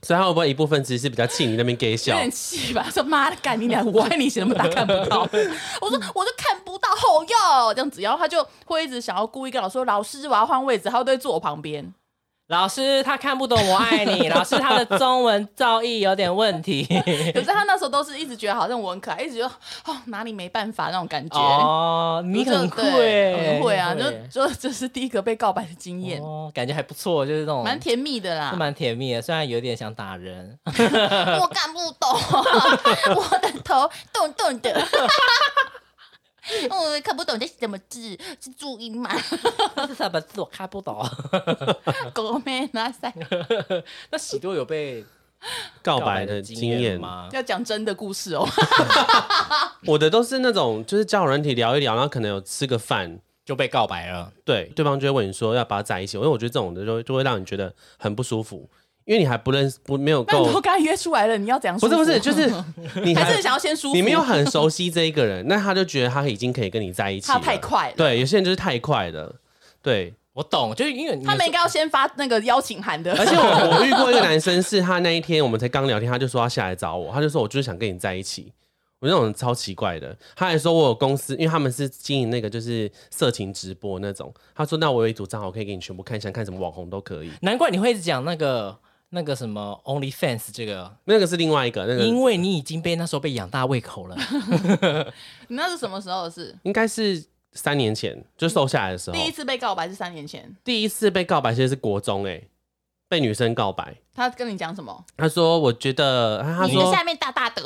[SPEAKER 3] 所以他会不会一部分其实是比较气你那边给
[SPEAKER 2] 有
[SPEAKER 3] 笑？
[SPEAKER 2] 点气吧？说妈的，干你俩，我爱你写那么大看不到， 我
[SPEAKER 4] 嗯
[SPEAKER 2] 说我就看不到后哟，这样子，然后他就会一直想要故意跟老师说，老师我要换位置，他都会坐我旁边。
[SPEAKER 4] 老师他看不懂我爱你， 老师他的中文造诣有点问题。
[SPEAKER 2] 可是他那时候都是一直觉得好像我很可爱，一直觉得哦哪里没办法那种感觉。
[SPEAKER 4] 哦，
[SPEAKER 2] 我
[SPEAKER 4] 你
[SPEAKER 2] 就
[SPEAKER 4] 很
[SPEAKER 2] 对
[SPEAKER 4] 会，
[SPEAKER 2] 很会啊！
[SPEAKER 4] 你
[SPEAKER 2] 就就这是第一个被告白的经验，
[SPEAKER 4] 哦，感觉还不错，就是那种
[SPEAKER 2] 蛮甜蜜的啊啦
[SPEAKER 4] 是。蛮甜蜜的，虽然有点想打人。
[SPEAKER 2] 我看不懂，啊 我的头动动 的。我哦看不懂这是什么字，是注音吗？
[SPEAKER 4] 他是什么字我看不懂。
[SPEAKER 2] 狗妹拿 塞。
[SPEAKER 4] 那喜多有被
[SPEAKER 3] 告
[SPEAKER 4] 告
[SPEAKER 3] 白
[SPEAKER 4] 白
[SPEAKER 3] 的
[SPEAKER 4] 的
[SPEAKER 3] 经
[SPEAKER 4] 经
[SPEAKER 3] 验
[SPEAKER 4] 验？吗？
[SPEAKER 2] 要讲真的故事哦，
[SPEAKER 3] 我的都是那种，就是交友软体聊一聊，然后可能有吃个饭，
[SPEAKER 4] 就被告白了。
[SPEAKER 3] 对，对方就会问你说要不要在一起，因为我觉得这种的就就会让你觉得很不舒服，因为你还不认识，不没有
[SPEAKER 2] 那你都
[SPEAKER 3] 够，
[SPEAKER 2] 跟他约出来了，你要怎样舒
[SPEAKER 3] 不
[SPEAKER 2] 服？
[SPEAKER 3] 是不是，就是你
[SPEAKER 2] 还
[SPEAKER 3] 还
[SPEAKER 2] 是想要先舒服。
[SPEAKER 3] 你没有很熟悉这一个人，那他就觉得他已经可以跟你在一起
[SPEAKER 2] 他
[SPEAKER 3] 了，
[SPEAKER 2] 太快了，
[SPEAKER 3] 啊对，有些人就是太快了，对，
[SPEAKER 4] 我懂，就是因为你
[SPEAKER 2] 他们应该要先发那个邀请函的。
[SPEAKER 3] 而且我我遇过一个男生，是他那一天我们才刚聊天，他就说他下来找我，他就说我就是想跟你在一起。我那种超奇怪的，他还说我有公司，因为他们是经营那个就是色情直播那种。他说那我有一组账号可以给你全部看，想看什么网红都可以。
[SPEAKER 4] 难怪你会一直讲那个那个什么 OnlyFans 这个，
[SPEAKER 3] 那个是另外一个，那个
[SPEAKER 4] 因为你已经被那时候被养大胃口 了。
[SPEAKER 2] 你 那是什么时候的事？
[SPEAKER 3] 应该是三年前就瘦下来的时候，
[SPEAKER 2] 第一次被告白是三年前，
[SPEAKER 3] 第一次被告白其实是国中哎、被女生告白，
[SPEAKER 2] 他跟你讲什么？
[SPEAKER 3] 她说我觉得，啊她
[SPEAKER 2] 你的
[SPEAKER 3] 说
[SPEAKER 2] 下面大 大的，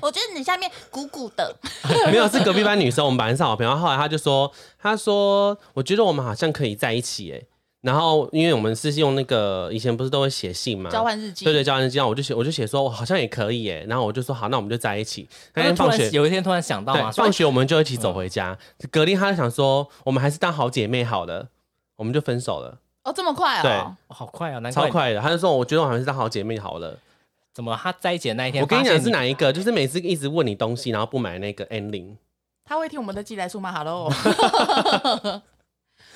[SPEAKER 2] 我觉得你下面鼓鼓的，
[SPEAKER 3] 没有是隔壁班女生，我们本来是好朋友，后来她就说，她说我觉得我们好像可以在一起哎、然后因为我们是用那个以前不是都会写信吗？
[SPEAKER 2] 交换日记，
[SPEAKER 3] 对对，交换日记，然后我就写，我就写说，我好像也可以耶。然后我就说好，那我们就在一起。那
[SPEAKER 4] 然后
[SPEAKER 3] 天
[SPEAKER 4] 突
[SPEAKER 3] 放学
[SPEAKER 4] 然有一天突然想到
[SPEAKER 3] 对，
[SPEAKER 4] 嘛，说
[SPEAKER 3] 放学我们就一起走回家。格力她就想说，我们还是当好姐妹好了，我们就分手了，
[SPEAKER 2] 哦，这么快哦，
[SPEAKER 4] 哦好快啊，难怪
[SPEAKER 3] 超
[SPEAKER 4] 你
[SPEAKER 3] 快的。她就说，我觉得我们还是当好姐妹好了。
[SPEAKER 4] 怎么他在一起的那一天，
[SPEAKER 3] 我跟你讲
[SPEAKER 4] 发现
[SPEAKER 3] 是哪一个，就是每次一直问你东西，然后不买那个 N 零，
[SPEAKER 2] 他会听我们的寄来书吗？Hello，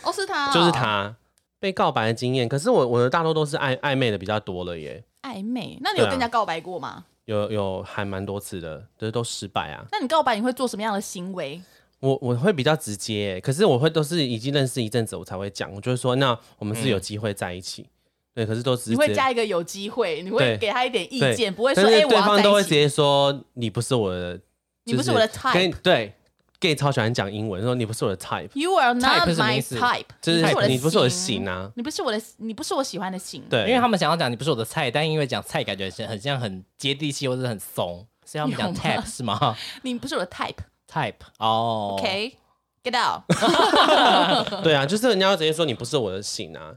[SPEAKER 2] 哦，是他哦，
[SPEAKER 3] 就是她被告白的经验。可是我我的大多都是暧暧昧的比较多了耶，
[SPEAKER 2] 暧昧。那你有
[SPEAKER 3] 对啊
[SPEAKER 2] 跟人家告白过吗？
[SPEAKER 3] 有有还蛮多次的，就是都失败啊。
[SPEAKER 2] 那你告白你会做什么样的行为？
[SPEAKER 3] 我我会比较直接欸，可是我会都是已经认识一阵子，我才会讲，我就会说，那我们是有机会在一起，对，可是都只是
[SPEAKER 2] 嗯你会
[SPEAKER 3] 直接
[SPEAKER 2] 加一个有机会，你会
[SPEAKER 3] 对
[SPEAKER 2] 给他一点意
[SPEAKER 3] 对
[SPEAKER 2] 见，不会说
[SPEAKER 3] 但是
[SPEAKER 2] 哎、我
[SPEAKER 3] 对
[SPEAKER 2] 要
[SPEAKER 3] 方都
[SPEAKER 2] 在
[SPEAKER 3] 会
[SPEAKER 2] 一
[SPEAKER 3] 直
[SPEAKER 2] 起，
[SPEAKER 3] 接说你不是我的，
[SPEAKER 2] 你不
[SPEAKER 3] 就是
[SPEAKER 2] 我的
[SPEAKER 3] 跟
[SPEAKER 2] type。
[SPEAKER 3] 对 gay 超喜欢讲英文，说你不是我的 type，
[SPEAKER 2] You are not
[SPEAKER 4] type 是什么
[SPEAKER 2] my
[SPEAKER 4] 意思
[SPEAKER 2] type，
[SPEAKER 3] 就是
[SPEAKER 2] 你不是我的
[SPEAKER 3] 你不是我的型
[SPEAKER 2] 型，
[SPEAKER 3] 啊，
[SPEAKER 2] 你不是我的，你不是我喜欢的型。
[SPEAKER 3] 对，
[SPEAKER 4] 因为他们想要讲你不是我的菜，但因为讲菜感觉是很像很接地气或者很怂，所以他们讲
[SPEAKER 2] 有吗
[SPEAKER 4] type 是吗
[SPEAKER 2] 你不是我的 type，OK？、
[SPEAKER 4] ？type 哦
[SPEAKER 2] Get out！
[SPEAKER 3] 对啊，就是人家要直接说你不是我的型啊，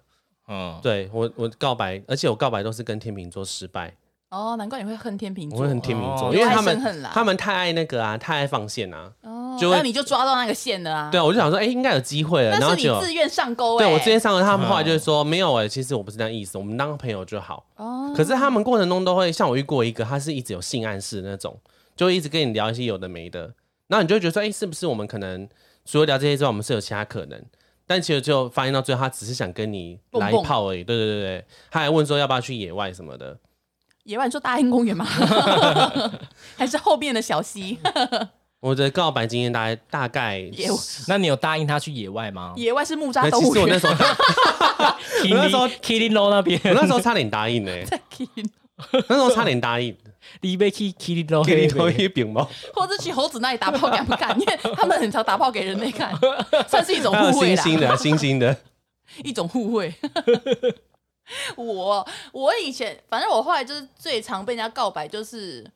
[SPEAKER 4] 嗯，
[SPEAKER 3] 对我我告白，而且我告白都是跟天秤座失败，
[SPEAKER 2] 哦，难怪你会恨天秤
[SPEAKER 3] 我
[SPEAKER 2] 座，
[SPEAKER 3] 会很天秤座，
[SPEAKER 4] 哦
[SPEAKER 3] 因为他
[SPEAKER 2] 有爱生恨
[SPEAKER 3] 们
[SPEAKER 2] 啦
[SPEAKER 3] 他们太爱那个啊，太爱放线啊，
[SPEAKER 2] 哦，
[SPEAKER 3] 就会
[SPEAKER 2] 那你就抓到那个线了啊。
[SPEAKER 3] 对啊，我就想说，哎，应该有机会了，然
[SPEAKER 2] 那
[SPEAKER 3] 后
[SPEAKER 2] 是你
[SPEAKER 3] 就
[SPEAKER 2] 自愿上钩哎、
[SPEAKER 3] 对我之前上了他们后来就是说没有哎，其实我不是那意思，我们当朋友就好。
[SPEAKER 2] 哦，
[SPEAKER 3] 可是他们过程中都会，像我遇过一个，他是一直有性暗示的那种，就会一直跟你聊一些有的没的，然后你就会觉得说，哎、是不是我们可能除了聊这些之外，我们是有其他可能？但其实就发现到最后，他只是想跟你来一炮而已。对对对对，他还问说要不要去野外什么的。
[SPEAKER 2] 野外你说大英公园吗？ 还是后面的小溪？
[SPEAKER 3] 我的告白经验大概大概，
[SPEAKER 2] 野外
[SPEAKER 4] 那你有答应他去野外 吗？
[SPEAKER 2] 野外是木
[SPEAKER 3] 那
[SPEAKER 2] 栅动
[SPEAKER 3] 啊哎其
[SPEAKER 2] 物
[SPEAKER 3] 实我那
[SPEAKER 2] 园。
[SPEAKER 3] 时候 我
[SPEAKER 4] Kili-
[SPEAKER 3] 那时候
[SPEAKER 4] Killing Low 那边，
[SPEAKER 3] 那时候差点 答应呢、那时候差点答应，
[SPEAKER 4] 你被去 Killing Low
[SPEAKER 3] 给你投一饼吗？
[SPEAKER 2] 或者去猴子那里打炮敢不敢？因为他们很常打炮给人类看，算是一种
[SPEAKER 3] 还有
[SPEAKER 2] 互惠啦，
[SPEAKER 3] 星星的，星星的，
[SPEAKER 2] 一种互惠。 我我以前反正我后来就是最常被人家告白，就是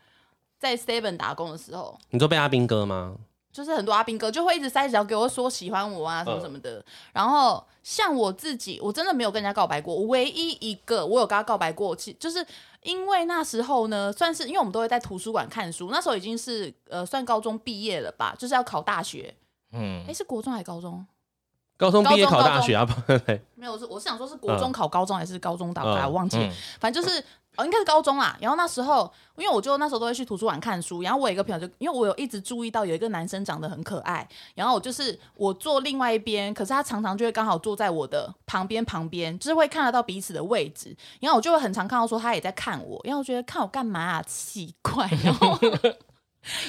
[SPEAKER 2] 在 Seven 打工的时候，
[SPEAKER 3] 你说被阿兵哥吗？
[SPEAKER 2] 就是很多阿兵哥就会一直塞脚给我说喜欢我啊什么
[SPEAKER 3] 嗯
[SPEAKER 2] 什么的。然后像我自己，我真的没有跟人家告白过，我唯一一个我有跟他告白过，其就是因为那时候呢，算是因为我们都会在图书馆看书，那时候已经是呃算高中毕业了吧，就是要考大学，
[SPEAKER 4] 嗯
[SPEAKER 2] 诶，，是国中还是高中？
[SPEAKER 3] 高中毕业
[SPEAKER 2] 高中
[SPEAKER 3] 考大
[SPEAKER 2] 高中
[SPEAKER 3] 学啊？不对
[SPEAKER 2] 没有，我是我是想说是国中考高中还是高中打大，
[SPEAKER 3] 嗯
[SPEAKER 2] 我忘记了。
[SPEAKER 4] 嗯
[SPEAKER 2] 反正就是哦，应该是高中啦。然后那时候，因为我就那时候都会去图书馆看书，然后我有一个朋友就，因为我有一直注意到有一个男生长得很可爱，然后我就是我坐另外一边，可是他常常就会刚好坐在我的旁边旁边，就是会看得到彼此的位置，然后我就会很常看到说他也在看我，然后我觉得看我干嘛啊，奇怪，然后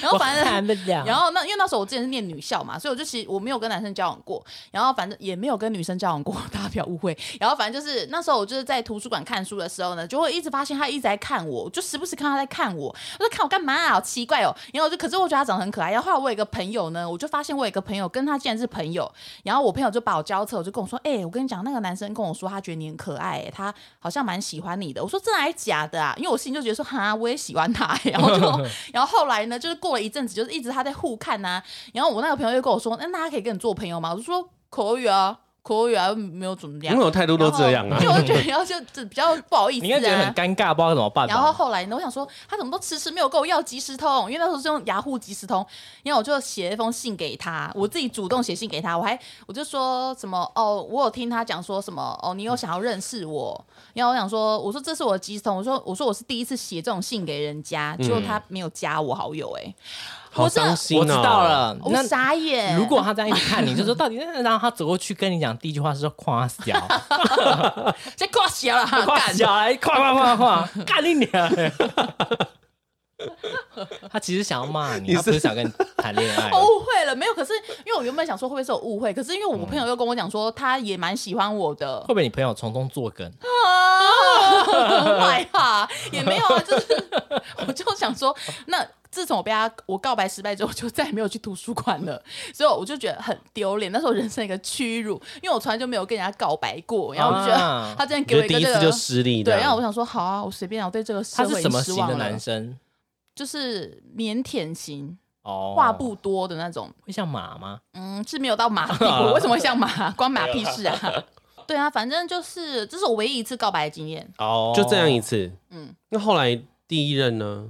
[SPEAKER 2] 然后反正
[SPEAKER 4] 不了
[SPEAKER 2] 然后那因为那时候我之前是念女校嘛，所以我就其实我没有跟男生交往过，然后反正也没有跟女生交往过，大家不要误会。然后反正就是那时候我就是在图书馆看书的时候呢，就会一直发现他一直在看我，就时不时看他在看我，我说看我干嘛啊，好奇怪哦。然后我就可是我觉得他长得很可爱。然后后来我有一个朋友呢，我就发现我有一个朋友跟他竟然是朋友，然后我朋友就把我交侧，我就跟我说，哎、我跟你讲，那个男生跟我说他觉得你很可爱、他好像蛮喜欢你的。我说真的还假的啊？因为我心里就觉得说，哈，我也喜欢他、然后就 然后后来呢，就是过了一阵子，就是一直他在互看呐、然后我那个朋友就跟我说，那那他可以跟你做朋友吗？我就说可以啊，可以啊，没有怎么样
[SPEAKER 3] 因为。我态度都这样啊
[SPEAKER 2] 然。后就我就觉得，然后就就比较不好 意思、啊，
[SPEAKER 4] 你应该觉得很尴尬，不知道怎么办吧。
[SPEAKER 2] 然后后来呢，我想说他怎么都迟迟没有跟我要即时通，因为那时候是用雅虎即时通，然后我就写了一封信给他，我自己主动写信给他，我还我就说什么哦，我有听他讲说什么哦，你
[SPEAKER 4] 嗯
[SPEAKER 2] 有想要认识我，然后我想说，我说这是我的即时通，我说我说我是第一次写这种信给人家，结果
[SPEAKER 4] 嗯
[SPEAKER 2] 他没有加我好友、欸，哎、
[SPEAKER 3] 好
[SPEAKER 2] 我真的
[SPEAKER 3] 伤心哦！
[SPEAKER 4] 我知道，了，
[SPEAKER 2] 我
[SPEAKER 4] 嗯那
[SPEAKER 2] 傻眼。
[SPEAKER 4] 如果他这样一直看你，就说到底，然后他走过去跟你讲第一句话是说夸小，
[SPEAKER 2] 这挂小了，
[SPEAKER 4] 夸
[SPEAKER 2] 干
[SPEAKER 4] 小，来夸夸夸夸，干你娘！他其实想要骂你，
[SPEAKER 3] 你
[SPEAKER 4] 他不是
[SPEAKER 3] 是
[SPEAKER 4] 想跟你谈恋爱。
[SPEAKER 2] 误会了没有？可是因为我原本想说会不会是我误会，可是因为我
[SPEAKER 4] 嗯
[SPEAKER 2] 朋友又跟我讲说他也蛮喜欢我的
[SPEAKER 4] 会，不会你朋友从中作梗？
[SPEAKER 2] 啊，也没有啊，就是我就想说，那自从我被他我告白失败之后，我就再也没有去图书馆了，所以我就觉得很丢脸，那是我人生一个屈辱，因为我从来就没有跟人家告白过，然后我就觉
[SPEAKER 4] 啊
[SPEAKER 2] 得他竟然
[SPEAKER 3] 你
[SPEAKER 2] 给我
[SPEAKER 3] 就
[SPEAKER 2] 一
[SPEAKER 3] 第
[SPEAKER 2] 个
[SPEAKER 3] 一
[SPEAKER 2] 这
[SPEAKER 3] 次就
[SPEAKER 2] 个。
[SPEAKER 3] 失礼
[SPEAKER 2] 对，
[SPEAKER 3] 的，
[SPEAKER 2] 然后我想说，好啊，我随便啊，我对这个社
[SPEAKER 4] 他是
[SPEAKER 2] 会已
[SPEAKER 4] 什
[SPEAKER 2] 经
[SPEAKER 4] 么
[SPEAKER 2] 失
[SPEAKER 4] 型
[SPEAKER 2] 望
[SPEAKER 4] 的
[SPEAKER 2] 了。
[SPEAKER 4] 男生？
[SPEAKER 2] 就是腼腆型，
[SPEAKER 4] 哦，
[SPEAKER 2] 话不多的那种。
[SPEAKER 4] 会像马吗？
[SPEAKER 2] 嗯，是没有到马屁股，我为什么会像马？关马屁事啊！对啊，反正就是这是我唯一一次告白的经验。
[SPEAKER 4] 哦，
[SPEAKER 3] 就这样一次。
[SPEAKER 2] 嗯，
[SPEAKER 3] 那后来第一 任呢？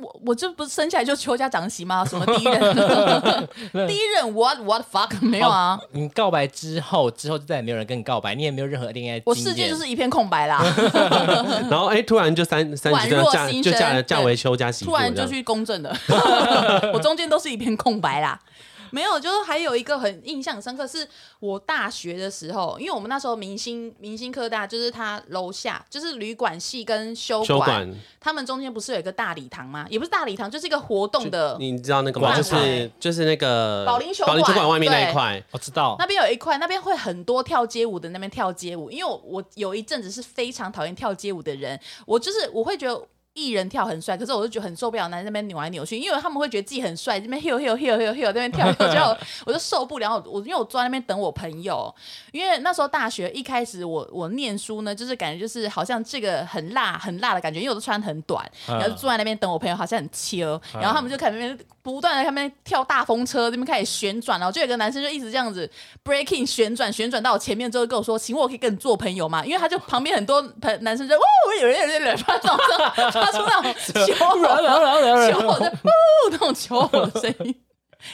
[SPEAKER 2] 我我这不是生下来就邱家长媳吗？什么第一任？第一任 what what fuck 没有啊？
[SPEAKER 4] 你告白之后，之后就再也没有人跟你告白，你也没有任何恋爱经验。
[SPEAKER 2] 我世界就是一片空白啦，
[SPEAKER 3] 然后哎、突然就三三十
[SPEAKER 2] 宛
[SPEAKER 3] 岁
[SPEAKER 2] 若
[SPEAKER 3] 嫁
[SPEAKER 2] 新
[SPEAKER 3] 就
[SPEAKER 2] 生
[SPEAKER 3] 嫁了
[SPEAKER 2] 对
[SPEAKER 3] 嫁为邱家媳妇
[SPEAKER 2] 突
[SPEAKER 3] 这样，
[SPEAKER 2] 然就去公证了， 我中间都是一片空白啦。没有，就是还有一个很印象深刻，是我大学的时候，因为我们那时候明星明星科大就是他楼下就是旅馆系跟修
[SPEAKER 3] 修馆，
[SPEAKER 2] 他们中间不是有一个大礼堂吗？也不是大礼堂，就是一个活动的，
[SPEAKER 3] 你知道那个吗？
[SPEAKER 2] 馆
[SPEAKER 3] 就是就是那个
[SPEAKER 2] 保龄球
[SPEAKER 3] 保龄球
[SPEAKER 2] 馆
[SPEAKER 3] 馆外面那一
[SPEAKER 2] 对
[SPEAKER 3] 块，
[SPEAKER 4] 我知道
[SPEAKER 2] 那边有一块，那边会很多跳街舞的，那边跳街舞。因为我我有一阵子是非常讨厌跳街舞的人，我就是我会觉得。艺人跳很帅，可是我就觉得很受不了，男生那边扭来扭去，因为他们会觉得自己很帅，这边 heel heel heel heel heel 那边跳，然后我就受不了。我因为我坐在那边等我朋友，因为那时候大学一开始我我念书呢，就是感觉就是好像这个很辣很辣的感觉，因为我都穿很短，然后就坐在那边等我朋友，好像很切哦。然后他们就开始那边不断的他们跳大风车，那边开始旋转，然后就有一个男生就一直这样子 breaking 旋转，旋转到我前面之后跟我说：“请问我可以跟你做朋友吗？”因为他就旁边很多朋男生就哦，有人有人有人发出那种发出那种求偶求偶的哦那种求偶的声音。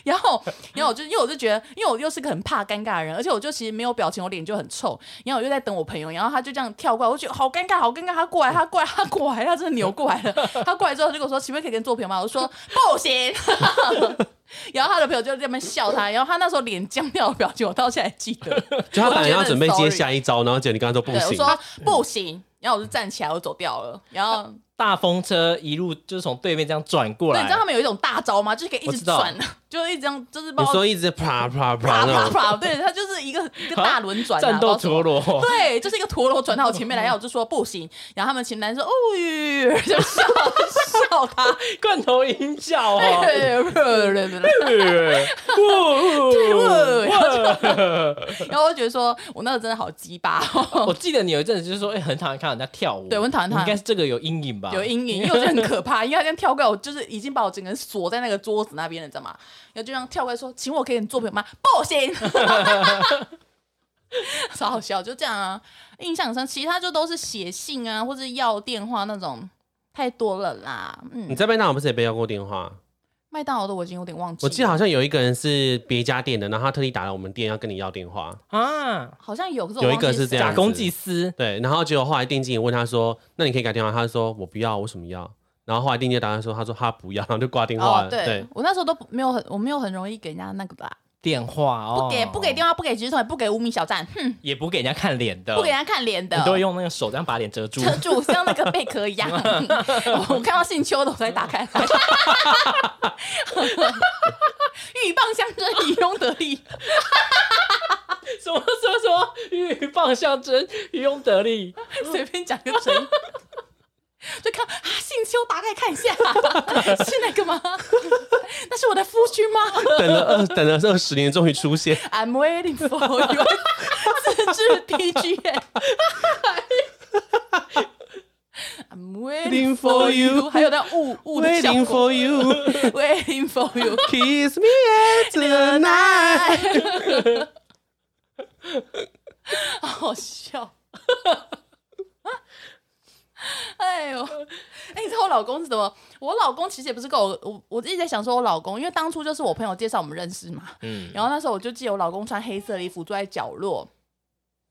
[SPEAKER 2] 然后，然后我就，因为我就觉得，因为我又是个很怕尴尬的人，而且我就其实没有表情，我脸就很臭。然后我就在等我朋友，然后他就这样跳过来，我就觉得好尴尬，好尴尬。他过来，他过来，他过来，他真的扭过来了。他过来之后，他就跟我说：“请问可以跟你做朋友吗？”我就说：“不行。”然后他的朋友就在那边笑他，然后他那时候脸僵掉的表情，我到现在还记得。
[SPEAKER 3] 就他本来
[SPEAKER 2] 我觉得
[SPEAKER 3] 要
[SPEAKER 2] 很
[SPEAKER 3] 准备接
[SPEAKER 2] sorry
[SPEAKER 3] 下一招，然后结果你刚才说不
[SPEAKER 2] 对，我
[SPEAKER 3] 行，
[SPEAKER 2] 说不行，然后我就站起来，我走掉了。然后，
[SPEAKER 4] 大风车一路就是从对面这样转过
[SPEAKER 2] 对，
[SPEAKER 4] 来，
[SPEAKER 2] 你知道他们有一种大招吗？就是可以一
[SPEAKER 4] 我
[SPEAKER 2] 直
[SPEAKER 4] 知道
[SPEAKER 2] 转，就一直这样，就是
[SPEAKER 3] 你
[SPEAKER 2] 包
[SPEAKER 3] 说一直啪啪
[SPEAKER 2] 啪
[SPEAKER 3] 啪那
[SPEAKER 2] 啪
[SPEAKER 3] 种，
[SPEAKER 2] 啪，对，它就是一个一个大轮转、啊，
[SPEAKER 4] 战斗
[SPEAKER 2] 不知道
[SPEAKER 4] 陀
[SPEAKER 2] 什
[SPEAKER 4] 螺，
[SPEAKER 2] 么。对，就是一个陀螺转到我前面来，然后我就说不行，然后他们前男说哦吁，就笑笑他，
[SPEAKER 4] 罐头音效
[SPEAKER 2] 对
[SPEAKER 4] 哦。
[SPEAKER 2] 对对对对对，然后 就然后我就觉得说我那个真的好鸡巴哦，
[SPEAKER 4] 我记得你有一阵子就是说，哎、很讨厌看人家跳舞，
[SPEAKER 2] 对我很讨厌
[SPEAKER 4] 你
[SPEAKER 2] 他
[SPEAKER 4] 应该是这个有阴影吧？
[SPEAKER 2] 有阴影，因为我觉得很可怕，因为他这样跳过来，我就是已经把我整个人锁在那个桌子那边了，你知道吗？然后就这样跳过来说，请我可以跟你做朋友吗？不行， 超好笑，就这样啊。印象很深，其他就都是写信啊，或者要电话那种，太多了啦。
[SPEAKER 3] 你
[SPEAKER 2] 嗯，
[SPEAKER 3] 在麦当劳不是也被要过电话？
[SPEAKER 2] 麦当劳的我已经有点忘记了，
[SPEAKER 3] 我记得好像有一个人是别家店的，然后他特地打来我们店要跟你要电话，
[SPEAKER 4] 啊，
[SPEAKER 2] 好像有，可是我
[SPEAKER 3] 有一
[SPEAKER 2] 忘记
[SPEAKER 3] 个是
[SPEAKER 2] 谁啊哦
[SPEAKER 3] 这样
[SPEAKER 4] 假
[SPEAKER 3] 子
[SPEAKER 4] 公济私，
[SPEAKER 3] 对，然后结果后来定金也问他说，那你可以改电话，他说我不要，为什么要？然后后来定金打他说，他说他不要，然后就挂电
[SPEAKER 2] 哦
[SPEAKER 3] 话了。，
[SPEAKER 2] 对，我那时候都不没有很，我没有很容易给人家那个吧，
[SPEAKER 4] 电话哦，
[SPEAKER 2] 不给不给电话，不给直筒，也不给无名小站，
[SPEAKER 3] 哦
[SPEAKER 2] 哼，
[SPEAKER 4] 也不给人家看脸的，
[SPEAKER 2] 不给人家看脸的，
[SPEAKER 4] 你都会用那个手这样把脸 遮住。
[SPEAKER 2] 撑住，像那个贝壳一样。我看到姓邱的，我才打开来。 鹬蚌相争，渔翁得利。
[SPEAKER 4] 什么什么什么鹬蚌相争，渔翁得利。
[SPEAKER 2] 随便讲个成语，就看啊，姓邱，打开看一下，是那个吗？ 那是我的夫君吗
[SPEAKER 3] 等了二等了二十年，终于 出现。
[SPEAKER 2] ？I'm waiting for you。自制 PG。I'm waiting for you，还有那雾雾的效
[SPEAKER 3] Waiting
[SPEAKER 2] 果
[SPEAKER 3] for you,
[SPEAKER 2] ，Waiting for you。
[SPEAKER 3] kiss me at the night。
[SPEAKER 2] 好笑。 哎呦，哎、你知道我老公是怎么？我老公其实也不是跟我，我我一直在想说，我老公，因为当初就是我朋友介绍我们认识嘛，
[SPEAKER 4] 嗯，
[SPEAKER 2] 然后那时候我就记得我老公穿黑色的衣服坐在角落，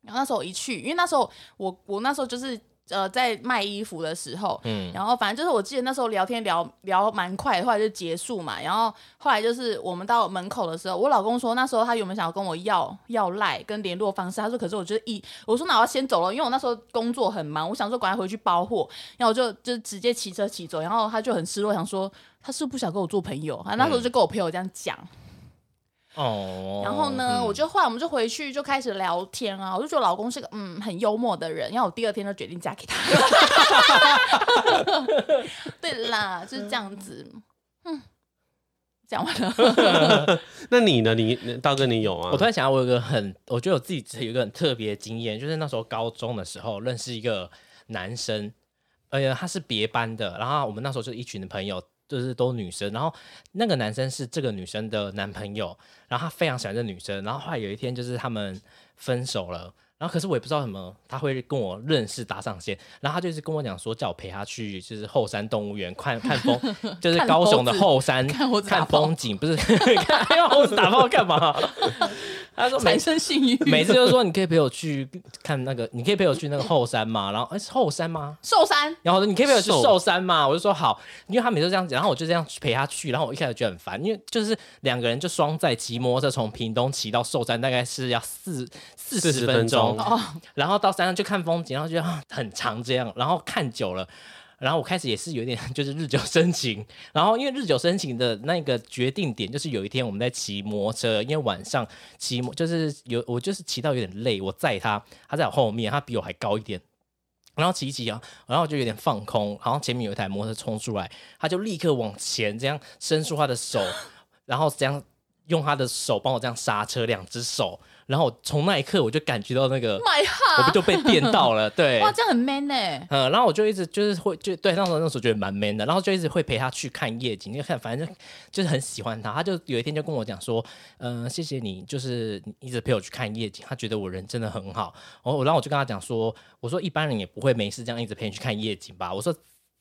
[SPEAKER 2] 然后那时候我一去，因为那时候我我那时候就是呃在卖衣服的时候，
[SPEAKER 4] 嗯
[SPEAKER 2] 嗯，然后反正就是我记得那时候聊天聊聊蛮快的，后来就结束嘛，然后后来就是我们到门口的时候，我老公说那时候他原本想要跟我要要赖跟联络方式，他说可是我就是一我说那我要先走了，因为我那时候工作很忙，我想说赶快回去包货，然后我就就直接骑车骑走，然后他就很失落，想说他是不是不想跟我做朋友，他那时候就跟我朋友这样讲。
[SPEAKER 4] 哦
[SPEAKER 2] 然后呢，我就后来我们就回去就开始聊天啊，我就觉得我老公是个嗯很幽默的人，然后我第二天就决定嫁给他。 对啦，就是这样子。嗯，讲完 了。
[SPEAKER 3] 那你呢？你你道哥，你有啊？
[SPEAKER 4] 我突然想到，我有一个很，我觉得我自己有一个很特别的经验，就是那时候高中的时候认识一个男生，呃，他是别班的，然后我们那时候就一群的朋友，就是都女生，然后那个男生是这个女生的男朋友，然后他非常喜欢这女生，然后后来有一天就是他们分手了。然后可是我也不知道什么，他会跟我认识搭上线，然后他就是跟我讲说，叫我陪他去就是后山动物园看 看风，就是
[SPEAKER 2] 看
[SPEAKER 4] 高雄
[SPEAKER 2] 猴
[SPEAKER 4] 的
[SPEAKER 2] 子
[SPEAKER 4] 后山
[SPEAKER 2] 看猴子打
[SPEAKER 4] 看
[SPEAKER 2] 炮
[SPEAKER 4] 风景，不是看 看猴子打炮干嘛？他说每
[SPEAKER 2] 产生性欲，
[SPEAKER 4] 每次就是说，你可以陪我去看那个，你可以陪我去那个后山吗？然后哎、是后山吗？
[SPEAKER 2] 寿山
[SPEAKER 4] 然后我说你可以陪我去
[SPEAKER 3] 寿
[SPEAKER 4] 寿山吗？我就说好，因为他每次都这样子，然后我就这样陪他去，然后我一开始觉得很烦，因为就是两个人就双载骑摩托车从屏东骑到寿山，大概是要四四
[SPEAKER 3] 40
[SPEAKER 4] 十
[SPEAKER 3] 分
[SPEAKER 4] 分
[SPEAKER 3] 钟
[SPEAKER 4] 钟，
[SPEAKER 2] 哦，
[SPEAKER 4] 然后到山上去看风景，然后觉得、啊、很长这样，然后看久了。然后我开始也是有点 就是日久生情，然后因为日久生情的那个决定点就是有一天我们在骑摩托车，因为晚上骑摩就是有我就是骑到有点累，我载他，他在我后面，他比我还高一点，然后骑一骑啊，然后我就有点放空，然后前面有一台摩托车冲出来，他就立刻往前这样伸出他的手，然后这样用他的手帮我这样刹车，两只手，然后从那一刻我就感觉到那个
[SPEAKER 2] My
[SPEAKER 4] 我们
[SPEAKER 2] heart，
[SPEAKER 4] 就被电到了，对。
[SPEAKER 2] 哇，这样很 man 哎。
[SPEAKER 4] 嗯，然后我就一直就是会就对那时候那时候觉得蛮 man 的，然后就一直会陪他去看夜景，就看反正就就是很喜欢他。他就有一天就跟我讲说，嗯、谢谢你，就是你一直陪我去看夜景，他觉得我人真的很好。然后然后我就跟他讲说，我说一般人也不会没事这样一直陪你去看夜景吧，我说。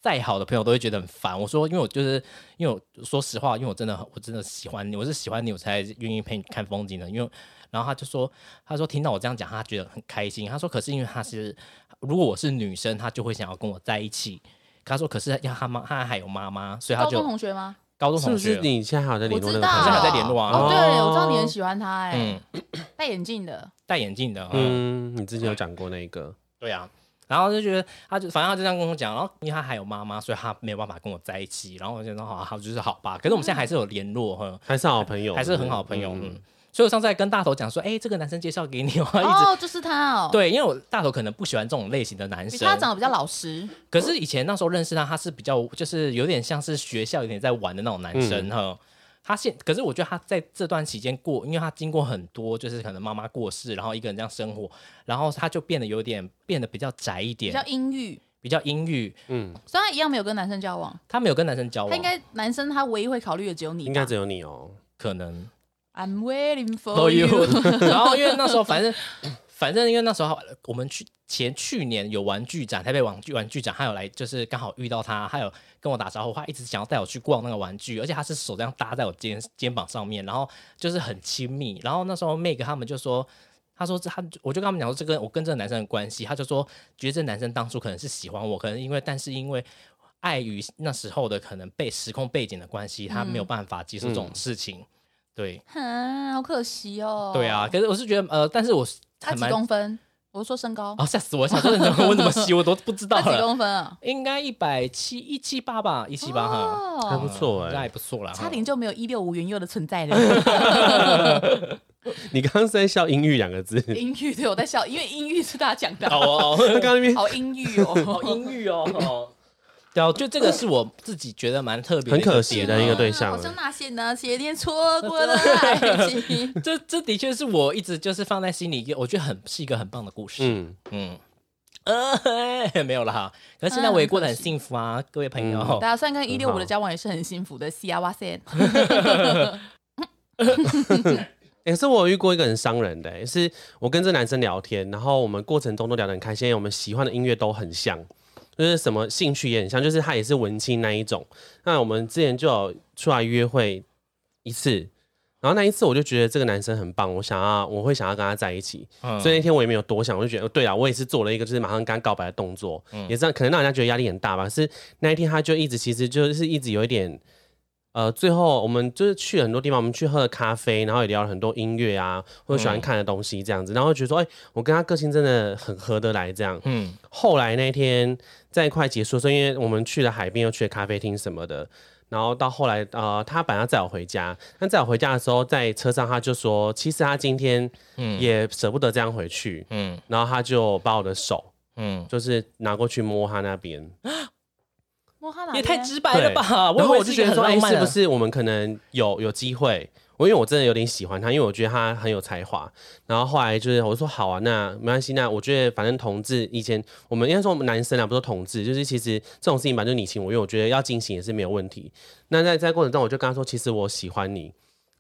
[SPEAKER 4] 再好的朋友都会觉得很烦。我说，因为我就是因为我说实话，因为我真的很我真的喜欢你，我是喜欢你，我才愿意陪你看风景的。因为，然后他就说，他说听到我这样讲，他觉得很开心。他说，可是因为他是如果我是女生，她就会想要跟我在一起。她说，可是要她妈，她还有妈妈，所以她
[SPEAKER 2] 高
[SPEAKER 4] 就
[SPEAKER 2] 中同学吗？
[SPEAKER 4] 高中
[SPEAKER 3] 是不
[SPEAKER 4] 同学
[SPEAKER 3] 是你现在还有在
[SPEAKER 2] 我
[SPEAKER 3] 联络那
[SPEAKER 2] 知
[SPEAKER 3] 个
[SPEAKER 2] 道，
[SPEAKER 3] 朋友？
[SPEAKER 4] 好像还在联络啊
[SPEAKER 2] 哦，对，
[SPEAKER 3] 哦
[SPEAKER 2] 我知道你很喜欢他哎
[SPEAKER 4] 嗯，
[SPEAKER 2] 戴眼镜的。
[SPEAKER 4] 戴眼镜的，嗯，
[SPEAKER 3] 嗯，你之前有讲过那个，
[SPEAKER 4] 对啊。然后就觉得她就反正她就这样跟我讲，然后因为她还有妈妈，所以她没有办法跟我在一起。然后我就说好，好就是好吧。可是我们现在还是有联络，哼，
[SPEAKER 3] 还是好朋友，
[SPEAKER 4] 还是很好朋友，嗯。所以我上次还跟大头讲说，哎，这个男生介绍给你，我一直、
[SPEAKER 2] 哦，就是他哦。，
[SPEAKER 4] 对，因为我大头可能不喜欢这种类型的男
[SPEAKER 2] 比
[SPEAKER 4] 生，
[SPEAKER 2] 他长得比较老实。
[SPEAKER 4] 可是以前那时候认识他，他是比较就是有点像是学校有点在玩的那种男生哈。他现可是我觉得他在这段期间过，因为他经过很多，就是可能妈妈过世，然后一个人这样生活，然后他就变得有点变得比较宅一
[SPEAKER 2] 比较
[SPEAKER 4] 点，
[SPEAKER 2] 阴郁，
[SPEAKER 4] 比较阴郁。
[SPEAKER 3] 嗯，
[SPEAKER 2] 所以他一样没有跟男生交往。
[SPEAKER 4] 他没有跟男生交往，
[SPEAKER 2] 他应该男生他唯一会考虑的只有你吧，
[SPEAKER 3] 应该只有你哦。
[SPEAKER 4] 可能
[SPEAKER 2] I'm waiting for
[SPEAKER 4] for you
[SPEAKER 2] you。。
[SPEAKER 4] 然后因为那时候反正 反正因为那时候我们去前去年有玩具展，台北玩具玩具展，他有来就是刚好遇到他，他有跟我打招呼，他一直想要带我去逛那个玩具，而且他是手这样搭在我肩肩膀上面，然后就是很亲密。然后那时候 Meg 他们就说。他说这：“他我就跟他们讲说，这跟我跟这个男生的关系。”他就说：“觉得这男生当初可能是喜欢我，可能因为但是因为碍于那时候的可能被时空背景的关系，他没有办法接受这种事情。对，
[SPEAKER 2] 啊，好可惜哦。
[SPEAKER 4] 对啊，，可是我是觉得呃，但是我是
[SPEAKER 2] 他
[SPEAKER 4] 很
[SPEAKER 2] 几
[SPEAKER 4] 蛮
[SPEAKER 2] 公分？我说身高，
[SPEAKER 4] 哦，吓死我！想说你怎么我怎么洗我都不知道
[SPEAKER 2] 他几
[SPEAKER 4] 了，
[SPEAKER 2] 公分啊？
[SPEAKER 4] 应该一百七一七八吧，一七八哈，
[SPEAKER 3] 还不
[SPEAKER 2] 哦，
[SPEAKER 3] 错
[SPEAKER 4] 那还
[SPEAKER 3] 哎、
[SPEAKER 4] 不错啦。哈
[SPEAKER 2] 差点就没有一六五元佑的存 在了。
[SPEAKER 3] 你刚刚是在笑“阴郁”两个字，
[SPEAKER 2] 阴郁，对我在笑，因为阴郁是大家讲的，
[SPEAKER 4] 哦哦哦
[SPEAKER 3] 他刚刚那 边
[SPEAKER 2] 好阴 郁哦，
[SPEAKER 4] 英语哦哦，对啊，就这个是我自己觉得蛮特别的
[SPEAKER 3] 很
[SPEAKER 4] 一个点啊，
[SPEAKER 3] 可惜的一个对象
[SPEAKER 2] 好像那些呢，些年错过的爱 情。
[SPEAKER 4] 这这的确是我一直就是放在心里，我觉得很是一个很棒的故事。
[SPEAKER 3] 嗯，
[SPEAKER 4] 嗯，呃， 没有啦。可是现在我也过得很幸福啊，各位朋友。
[SPEAKER 2] 嗯大家算跟一六
[SPEAKER 3] 好
[SPEAKER 2] 五的交往也是很幸福的，西啊哇塞，
[SPEAKER 3] 也、是我有遇过一个很伤人的、欸，是我跟这男生聊天，然后我们过程中都聊得很开心，因为我们喜欢的音乐都很像，就是什么兴趣也很像，就是他也是文青那一种。那我们之前就有出来约会一次，然后那一次我就觉得这个男生很棒，我想要我会想要跟他在一起，
[SPEAKER 4] 嗯
[SPEAKER 3] 所以那天我也没有多想，我就觉得哦对啊，我也是做了一个就是马上跟他告白的动作，也是让可能让人家觉得压力很大吧。可是那一天他就一直其实就是一直有一点，呃，最后我们就是去了很多地方，我们去喝了咖啡，然后也聊了很多音乐啊，或者喜欢看的东西这样子，然后觉得说，哎、我跟他个性真的很合得来这样。
[SPEAKER 4] 嗯
[SPEAKER 3] 后来那天在快结束的时候，因为我们去了海边，又去了咖啡厅什么的，然后到后来，呃，他本来要载我回家，但载我回家的时候，在车上他就说，其实他今天也舍不得这样回去，
[SPEAKER 4] 嗯
[SPEAKER 3] 然后他就把我的手
[SPEAKER 4] 嗯，
[SPEAKER 3] 就是拿过去摸他那边，
[SPEAKER 2] 摸他哪边？
[SPEAKER 4] 也太直白了吧！
[SPEAKER 3] 然后
[SPEAKER 4] 以为
[SPEAKER 3] 我就是
[SPEAKER 4] 一
[SPEAKER 3] 觉
[SPEAKER 4] 个很
[SPEAKER 3] 得说，哎、
[SPEAKER 4] 浪漫
[SPEAKER 3] 是不
[SPEAKER 4] 的？
[SPEAKER 3] 是我们可能有有机会？我因为我真的有点喜欢他，因为我觉得他很有才华。然后后来就是我说好啊，那没关系，那我觉得反正同志以前我们应该说我们男生啊，不是同志，就是其实这种事情吧，就是你情我愿，我觉得要进行也是没有问题。那在在过程中，我就跟他说，其实我喜欢你。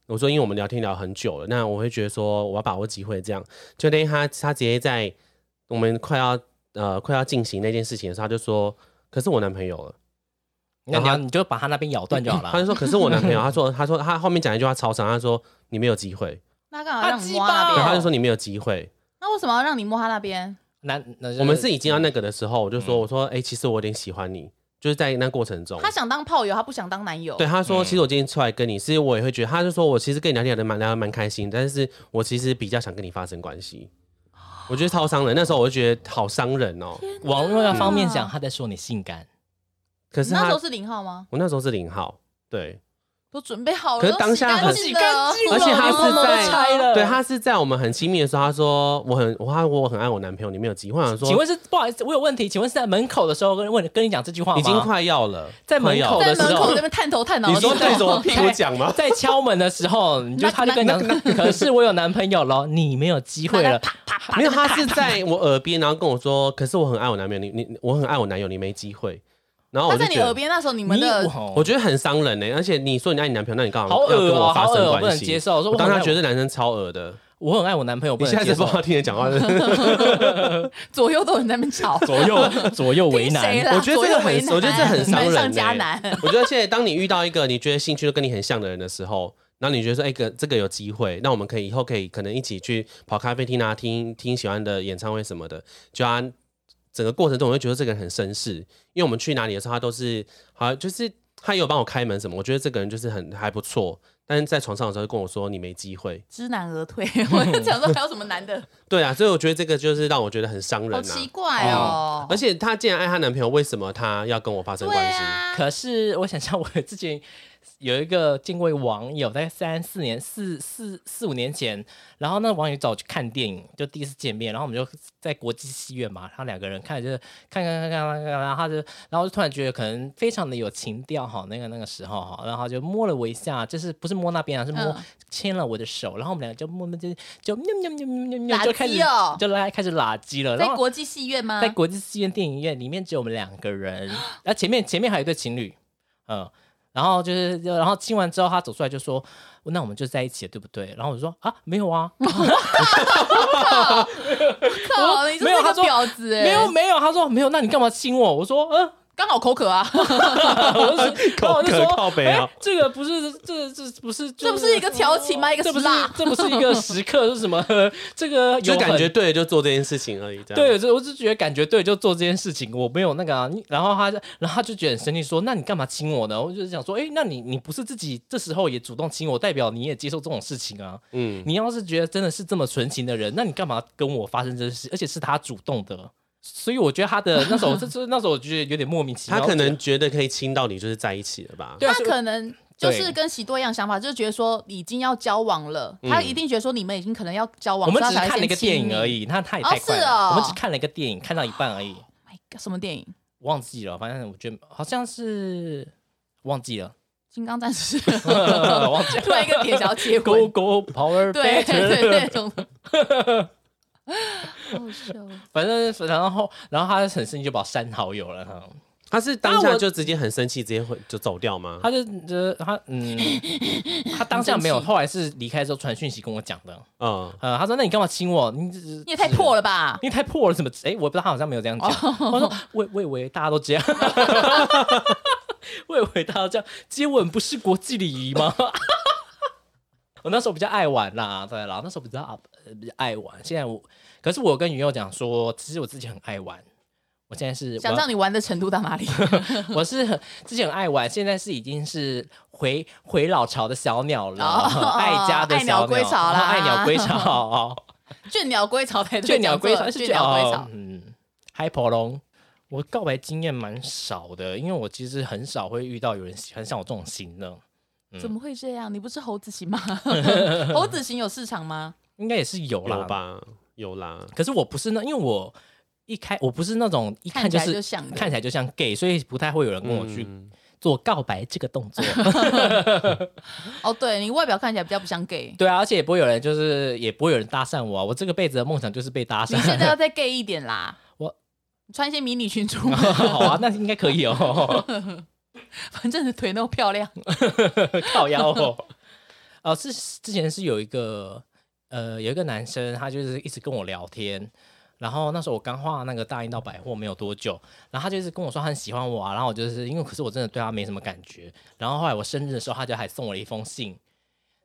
[SPEAKER 3] 我说，因为我们聊天聊很久了，那我会觉得说我要把握机会，这样。就那天他他直接在我们快要呃快要进行那件事情的时候，他就说，可是我男朋友了。
[SPEAKER 4] 那你要你就把他那边咬断就好了
[SPEAKER 3] 嗯他。就说：“可是我男 朋友，他说，他说他后面讲一句话超长，他说你没有机会，
[SPEAKER 2] 那干嘛让你摸
[SPEAKER 4] 啊
[SPEAKER 2] 那
[SPEAKER 4] 鸡
[SPEAKER 3] 然
[SPEAKER 4] 巴
[SPEAKER 2] 边？
[SPEAKER 3] 后他就说你没有机会。
[SPEAKER 2] 那为什么要让你摸他那边？
[SPEAKER 4] 那那就
[SPEAKER 3] 我们是已经要那个的时候，我就说，我说，哎、其实我有点喜欢你，就是在那过程中。”
[SPEAKER 2] 嗯他嗯想当炮友，他不想当男友。
[SPEAKER 3] 对，他说：“其实我今天出来跟你，是我也会觉得，他就说我其实跟你聊天聊得蛮聊得蛮开心，但是我其实比较想跟你发生关系。”我觉得超伤人，那时候我就觉得好伤人哦。
[SPEAKER 4] 往另外一个
[SPEAKER 2] 嗯
[SPEAKER 4] 方面想，他在说你性感，
[SPEAKER 3] 可
[SPEAKER 2] 你
[SPEAKER 3] 是
[SPEAKER 2] 那
[SPEAKER 3] 他
[SPEAKER 2] 时候，是零号吗？
[SPEAKER 3] 我那时候是零号，对，
[SPEAKER 2] 都准备好了，
[SPEAKER 3] 可是当下很
[SPEAKER 2] 都洗干净了
[SPEAKER 3] 哦而且他是在
[SPEAKER 4] 拆
[SPEAKER 2] 呃
[SPEAKER 4] 了
[SPEAKER 3] 对他是在我们很亲密的时候，他说我很我他我很爱我男朋友，你没有机会。我想说，
[SPEAKER 4] 请问是不好意思，我有问题，请问是在门口的时候跟问跟你讲这句话吗？
[SPEAKER 3] 已经快要了，
[SPEAKER 4] 在门
[SPEAKER 3] 快要
[SPEAKER 4] 口
[SPEAKER 3] 了
[SPEAKER 2] 在
[SPEAKER 4] 的时
[SPEAKER 2] 门
[SPEAKER 4] 候
[SPEAKER 2] 口那边探头探脑
[SPEAKER 3] 你
[SPEAKER 2] 的时候，
[SPEAKER 3] 说对着我屁股讲吗？
[SPEAKER 4] 在敲门的时候，你就他就跟你讲，可是我有男朋友了，你没有机会了。
[SPEAKER 3] 没有，他是在我耳边，然后跟我说，可是我很爱我男朋友，你你我很爱我男友，你没机会。然后我
[SPEAKER 2] 他
[SPEAKER 3] 就
[SPEAKER 2] 在
[SPEAKER 3] 觉
[SPEAKER 2] 你
[SPEAKER 3] 得
[SPEAKER 2] 耳，边那时候，你
[SPEAKER 4] 你
[SPEAKER 2] 们的
[SPEAKER 3] 我
[SPEAKER 4] 我
[SPEAKER 3] 觉得很伤人呢、而且你说你爱你男朋友，那你干嘛
[SPEAKER 4] 好
[SPEAKER 3] 要
[SPEAKER 4] 恶
[SPEAKER 3] 跟
[SPEAKER 4] 哦、
[SPEAKER 3] 我
[SPEAKER 4] 好
[SPEAKER 3] 发
[SPEAKER 4] 恶哦、
[SPEAKER 3] 生
[SPEAKER 4] 不
[SPEAKER 3] 关
[SPEAKER 4] 能
[SPEAKER 3] 系？
[SPEAKER 4] 接受。我说
[SPEAKER 3] 我
[SPEAKER 4] 我
[SPEAKER 3] 当
[SPEAKER 4] 很
[SPEAKER 3] 下
[SPEAKER 4] 爱
[SPEAKER 3] 觉得男生超恶的，
[SPEAKER 4] 我很爱我男朋友，不
[SPEAKER 3] 你现
[SPEAKER 4] 能
[SPEAKER 3] 在
[SPEAKER 4] 接
[SPEAKER 3] 是不
[SPEAKER 4] 受
[SPEAKER 3] 知。道听人讲话的，
[SPEAKER 2] 左右都有人在那边吵，
[SPEAKER 4] 左 右左右为难
[SPEAKER 2] 听，谁啦
[SPEAKER 3] 我觉得这个很
[SPEAKER 2] 左右为难
[SPEAKER 3] 我觉得这很伤人欸
[SPEAKER 2] 难上加难。
[SPEAKER 3] 我觉得现在当你遇到一个你觉得兴趣都跟你很像的人的时候，然后你觉得说，哎、个这个有机会，那我们可以以后可以可能一起去跑咖啡厅啊，听听喜欢的演唱会什么的。就他整个过程中，我就觉得这个人很绅士，因为我们去哪里的时候，他都是好，就是他有帮我开门什么，我觉得这个人就是很还不错。但是在床上的时候就跟我说你没机会，
[SPEAKER 2] 知难而退，我就想说还有什么难 的，
[SPEAKER 3] 对嗯啊，所以我觉得这个就是让我觉得很伤人
[SPEAKER 2] 好
[SPEAKER 3] 啊。
[SPEAKER 2] 奇怪哦。
[SPEAKER 3] 而且她既然爱她男朋友，为什么她要跟我发生
[SPEAKER 2] 对
[SPEAKER 3] 关系？
[SPEAKER 2] 啊，
[SPEAKER 4] 可是我想想，我之前有一个见过一个网友，大概三四年、四四四五年前，然后那网友找我去看电影，就第一次见面，然后我们就在国际戏院嘛，然后两个人看就是看看看看看，然后他就，然后就突然觉得可能非常的有情调哈，那个那个时候哈，然后就摸了我一下，就是不是摸那边啊，是摸
[SPEAKER 2] 嗯
[SPEAKER 4] 牵了我的手，然后我们两个就摸摸就就喵喵喵喵喵
[SPEAKER 2] 垃
[SPEAKER 4] 喵
[SPEAKER 2] 圾
[SPEAKER 4] 就开始
[SPEAKER 2] 哦
[SPEAKER 4] 就拉开始拉鸡了，然
[SPEAKER 3] 哦
[SPEAKER 2] 在
[SPEAKER 4] 后
[SPEAKER 2] 国际戏院吗
[SPEAKER 4] 在？国际戏院电影院里面只有我们两个人， 然后前面前面还有一对情侣，嗯，然后就是然后亲完之后，他走出来就说：“那我们就在一起了，对不对？”然后我就说：“啊，没有啊，
[SPEAKER 3] 哦
[SPEAKER 2] 靠，你真
[SPEAKER 4] 没
[SPEAKER 2] 是
[SPEAKER 4] 有
[SPEAKER 2] 个
[SPEAKER 4] 他说
[SPEAKER 2] 婊子哎！
[SPEAKER 4] 没有，没有。”他说：“没有，那你干嘛亲我？”我说：“嗯。”
[SPEAKER 2] 刚好口渴啊，
[SPEAKER 4] 我就说，然后我就
[SPEAKER 3] 口渴靠
[SPEAKER 4] 说，
[SPEAKER 3] 北啊
[SPEAKER 4] 哎，这个不是，这这不是，
[SPEAKER 2] 这不是一个调情吗一个
[SPEAKER 4] 这不是
[SPEAKER 2] slap，
[SPEAKER 4] 这不是一个时刻是什么？ 这个
[SPEAKER 3] 就
[SPEAKER 4] 有
[SPEAKER 3] 感
[SPEAKER 4] 很
[SPEAKER 3] 觉对了就做这件事情而已。这样
[SPEAKER 4] 对，就我就觉得感觉对，就做这件事情，我没有那个、啊。你然后他，就，然后他就觉得很生气，说：“那你干嘛亲我呢？”我就想说：“哎，那你你不是自己这时候也主动亲我，代表你也接受这种事情啊？
[SPEAKER 3] 嗯，
[SPEAKER 4] 你要是觉得真的是这么纯情的人，那你干嘛跟我发生这事？而且是他主动的。”所以我觉得他的那时候，这这那时候我觉得有点莫名其妙。
[SPEAKER 3] 他可能觉得可以亲到你，就是在一起了吧？
[SPEAKER 4] 对啊
[SPEAKER 2] 他，
[SPEAKER 4] 所以
[SPEAKER 2] 可能就是
[SPEAKER 4] 对
[SPEAKER 2] 跟喜多一样想法，就是觉得说已经要交往了，
[SPEAKER 3] 嗯
[SPEAKER 2] 他一定觉得说你们已经可能要交往，
[SPEAKER 4] 我们
[SPEAKER 2] 所
[SPEAKER 4] 只
[SPEAKER 2] 以
[SPEAKER 4] 是
[SPEAKER 2] 他才
[SPEAKER 4] 看了一个
[SPEAKER 2] 先亲
[SPEAKER 4] 电影
[SPEAKER 2] 你
[SPEAKER 4] 而。已，那他也
[SPEAKER 2] 哦
[SPEAKER 4] 太快
[SPEAKER 2] 是
[SPEAKER 4] 了。
[SPEAKER 2] 哦
[SPEAKER 4] 我们只看了一个电影，看到一半而已，
[SPEAKER 2] My God，什么电影？
[SPEAKER 4] 忘记了。反正我觉得好像是忘记了，
[SPEAKER 2] 金刚战士，
[SPEAKER 4] 忘记了。
[SPEAKER 2] 突然一个点想要接
[SPEAKER 4] Go
[SPEAKER 2] 吻，
[SPEAKER 4] Go Power
[SPEAKER 2] 对
[SPEAKER 4] Better
[SPEAKER 2] 对对，那种的。好笑哦，
[SPEAKER 4] 反正然后然后他很生气就把我删好友了，哈
[SPEAKER 3] 他是当
[SPEAKER 4] 但
[SPEAKER 3] 下
[SPEAKER 4] 我
[SPEAKER 3] 就直接很生气，直接会就走掉吗？
[SPEAKER 4] 他就呃他嗯，他当下没有，
[SPEAKER 2] 很生气
[SPEAKER 4] 后来是离开之后传讯息跟我讲的，
[SPEAKER 3] 嗯，
[SPEAKER 4] 呃，他说那你干嘛亲我？你你
[SPEAKER 2] 你也太破
[SPEAKER 4] 了。
[SPEAKER 2] 了吧！
[SPEAKER 4] 你太破了，怎么？哎、我不知道，他好像没有这样讲。
[SPEAKER 2] 哦
[SPEAKER 4] 我说，我我以为大家都 这样，我以为大家都这样，接吻不是国际礼仪吗？ 我那时候比较爱玩啦，对啦，那时候比较呃比较爱玩。现在我，可是我跟女友讲说，其实我自己很爱玩，我现在是
[SPEAKER 2] 想
[SPEAKER 4] 我要
[SPEAKER 2] 让你玩的程度到哪里？
[SPEAKER 4] 我是很之前很爱玩，现在是已经是回回老巢的小鸟了，
[SPEAKER 2] 哦
[SPEAKER 4] 爱家的
[SPEAKER 2] 爱
[SPEAKER 4] 小
[SPEAKER 2] 鸟归巢啦
[SPEAKER 4] 哦爱鸟归巢，哦
[SPEAKER 2] 倦鸟归巢才对
[SPEAKER 4] 倦鸟归巢
[SPEAKER 2] 讲
[SPEAKER 4] 是
[SPEAKER 2] 错倦鸟归
[SPEAKER 4] 哦
[SPEAKER 2] 巢。
[SPEAKER 4] 嗯，海婆龙，我告白经验蛮少的，因为我其实很少会遇到有人喜欢像我这种型的，嗯
[SPEAKER 2] 怎么会这样？你不是猴子型 吗？猴子型有市场吗？
[SPEAKER 4] 应该也是有啦
[SPEAKER 3] 有？吧？有啦，
[SPEAKER 4] 可是我不是那，因为我一开我不是那种一
[SPEAKER 2] 看
[SPEAKER 4] 看
[SPEAKER 2] 起
[SPEAKER 4] 就
[SPEAKER 2] 来
[SPEAKER 4] 是
[SPEAKER 2] 就像的
[SPEAKER 4] 看起来就像 gay，所以不太会有人跟我去
[SPEAKER 3] 嗯
[SPEAKER 4] 做告白这个动 作。
[SPEAKER 2] 哦，对你外表看起来比较不像 gay，
[SPEAKER 4] 对啊，而且也不会有人就是也不会有人搭讪我啊。我这个辈子的梦想就是被搭
[SPEAKER 2] 你现在
[SPEAKER 4] 讪。
[SPEAKER 2] 要再 gay 一点啦。
[SPEAKER 4] 我
[SPEAKER 2] 穿一些迷你裙出 门，
[SPEAKER 4] 好啊，那应该可以哦，
[SPEAKER 2] 反正你腿那么 漂亮。
[SPEAKER 4] 靠腰哦。 哦，是之前是有一个呃有一个男生，他就是一直跟我聊天。然后那时候我刚画那个大英到百货没有多久，然后他就一直跟我说他很喜欢我啊，然后我就是因为可是我真的对他没什么感觉，然后后来我生日的时候他就还送我了一封信，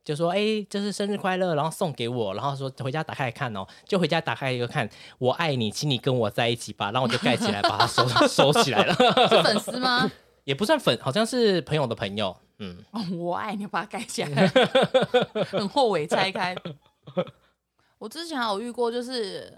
[SPEAKER 4] 就说：“哎、就是生日快乐，然后送给我，然后说回家打开来看哦，就回家打开一个看，我爱你，请你跟我在一起吧。”然后我就盖起来，把它 收收起来了，
[SPEAKER 2] 是粉丝吗？
[SPEAKER 4] 也不算粉，好像是朋友的朋友，嗯，
[SPEAKER 2] 哦，我爱你，把它盖 起来，很后悔拆开。我之前还有遇过，就是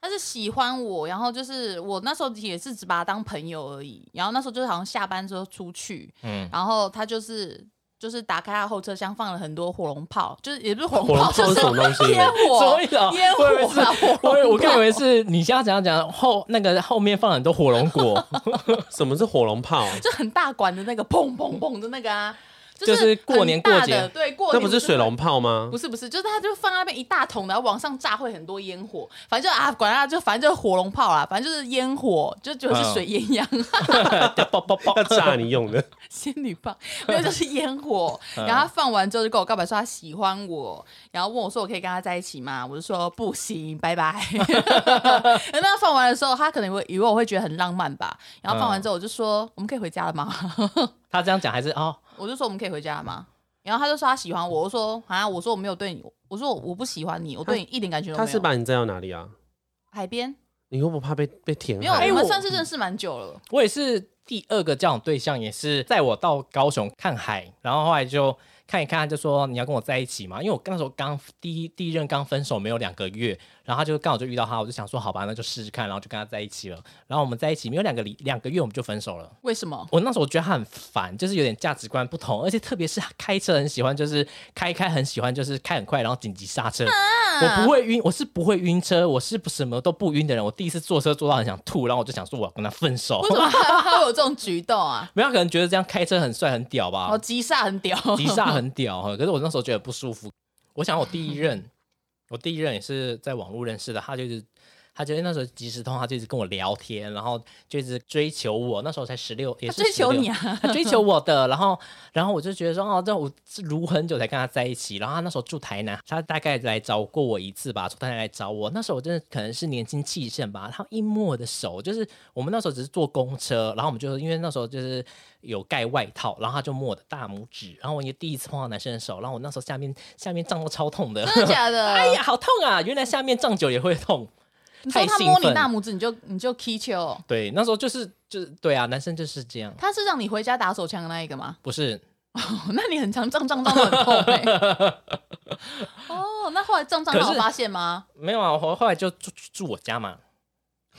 [SPEAKER 2] 他是喜欢我，然后就是我那时候也是只把他当朋友而已。然后那时候就是好像下班之后出去，
[SPEAKER 4] 嗯
[SPEAKER 2] 然后他就是就是打开他后车厢放了很多火龙炮，就是也不是火
[SPEAKER 3] 火
[SPEAKER 2] 龙
[SPEAKER 3] 龙
[SPEAKER 2] 炮，
[SPEAKER 3] 炮
[SPEAKER 2] 就是是
[SPEAKER 3] 什么东西
[SPEAKER 2] 烟火
[SPEAKER 4] 所以啊，
[SPEAKER 2] 烟火
[SPEAKER 4] 我以为是
[SPEAKER 2] 啦火龙
[SPEAKER 4] 我我
[SPEAKER 2] 炮
[SPEAKER 4] 刚以为是你现在讲讲后那个后面放了很多火龙果，
[SPEAKER 3] 什么是火龙炮？
[SPEAKER 2] 就很大管的那个砰砰砰的那个啊，
[SPEAKER 4] 就是
[SPEAKER 2] 是
[SPEAKER 4] 过年过节
[SPEAKER 2] 很大的对过
[SPEAKER 3] 那
[SPEAKER 2] 年
[SPEAKER 3] 不是水龙炮吗
[SPEAKER 2] 不？是不是，就是他就放在那边一大桶，然后往上炸会很多烟火，反正就啊，管他就反正就是火龙炮啦，反正就是烟火，就就是
[SPEAKER 3] 嗯
[SPEAKER 2] 水烟枪、
[SPEAKER 4] 爆爆爆
[SPEAKER 3] 要！炸你用 的，
[SPEAKER 2] 仙女棒，没有就是烟 火。然后他放完之后就跟我告白说他喜欢我，然后问我说我可以跟他在一起吗？我就说不行，拜拜。 那他放完的时候，他可能会以为我会觉得很浪漫吧。然后放
[SPEAKER 3] 嗯
[SPEAKER 2] 完之后我就说我们可以回家了吗？
[SPEAKER 4] 他这样讲还是哦，
[SPEAKER 2] 我就说我们可以回家了吗？然后他就说他喜欢我，我说啊，我说我没有对你，我说我不喜欢你，我对你一点感觉都没有。
[SPEAKER 3] 他是把你载到哪里啊？
[SPEAKER 2] 海边。
[SPEAKER 3] 你会不会怕被被填
[SPEAKER 2] 没有，
[SPEAKER 3] 海？
[SPEAKER 2] 哎我
[SPEAKER 4] 我
[SPEAKER 2] 们算是认识蛮久了。
[SPEAKER 4] 我也是第二个交往对象，也是在我到高雄看海，然后后来就看一看，他就说你要跟我在一起嘛，因为我那时候刚第一第一任刚分手没有两个月，然后他就刚好就遇到他，我就想说好吧，那就试试看，然后就跟他在一起了，然后我们在一起没有两个礼两个月我们就分手了。
[SPEAKER 2] 为什么？
[SPEAKER 4] 我那时候我觉得他很烦，就是有点价值观不同，而且特别是他开车很喜欢，就是开一开很喜欢，就是开很快，然后紧急刹车。
[SPEAKER 2] 嗯
[SPEAKER 4] 我不会晕，我是不会晕车，我是不什么都不晕的人。我第一次坐车坐到很想吐，然后我就想说我要跟他分手。
[SPEAKER 2] 为什么他他会有这种举动啊？
[SPEAKER 4] 没有，他可能觉得这样开车很帅很屌吧
[SPEAKER 2] 哦，，急煞很屌，
[SPEAKER 4] 急刹很屌哈。可是我那时候觉得不舒服。我想我第一任，我第一任也是在网络认识的，他就是他就是那时候即时通，他就一直跟我聊天，然后就一直追求我。那时候才十六，也
[SPEAKER 2] 他
[SPEAKER 4] 是
[SPEAKER 2] 追求
[SPEAKER 4] 16
[SPEAKER 2] 你啊？
[SPEAKER 4] 他追求我的，然后，然后我就觉得说，哦，这我是如很久才跟他在一起。然后他那时候住台南，他大概来找过我一次吧，从台南来找我。那时候我真的可能是年轻气盛吧，他一摸我的手，就是我们那时候只是坐公车，然后我们就因为那时候就是有盖外套，然后他就摸我的大拇指，然后我也第一次碰到男生的手，然后我那时候下面下面胀到超痛的，
[SPEAKER 2] 真的假的？
[SPEAKER 4] 哎呀，好痛啊！原来下面胀久也会痛。
[SPEAKER 2] 你说
[SPEAKER 4] 太
[SPEAKER 2] 他
[SPEAKER 4] 兴
[SPEAKER 2] 摸你
[SPEAKER 4] 奋
[SPEAKER 2] 大拇指，你就你就 k 球哦，
[SPEAKER 4] 对，那时候就是就是对啊，男生就是这样，
[SPEAKER 2] 他是让你回家打手枪的那一个吗？
[SPEAKER 4] 不是
[SPEAKER 2] 哦 那你很常胀胀胀的很痛 哎。哦，那后来胀胀
[SPEAKER 4] 可
[SPEAKER 2] 到
[SPEAKER 4] 是
[SPEAKER 2] 有发现吗？
[SPEAKER 4] 没有啊，我后来就住住我家嘛。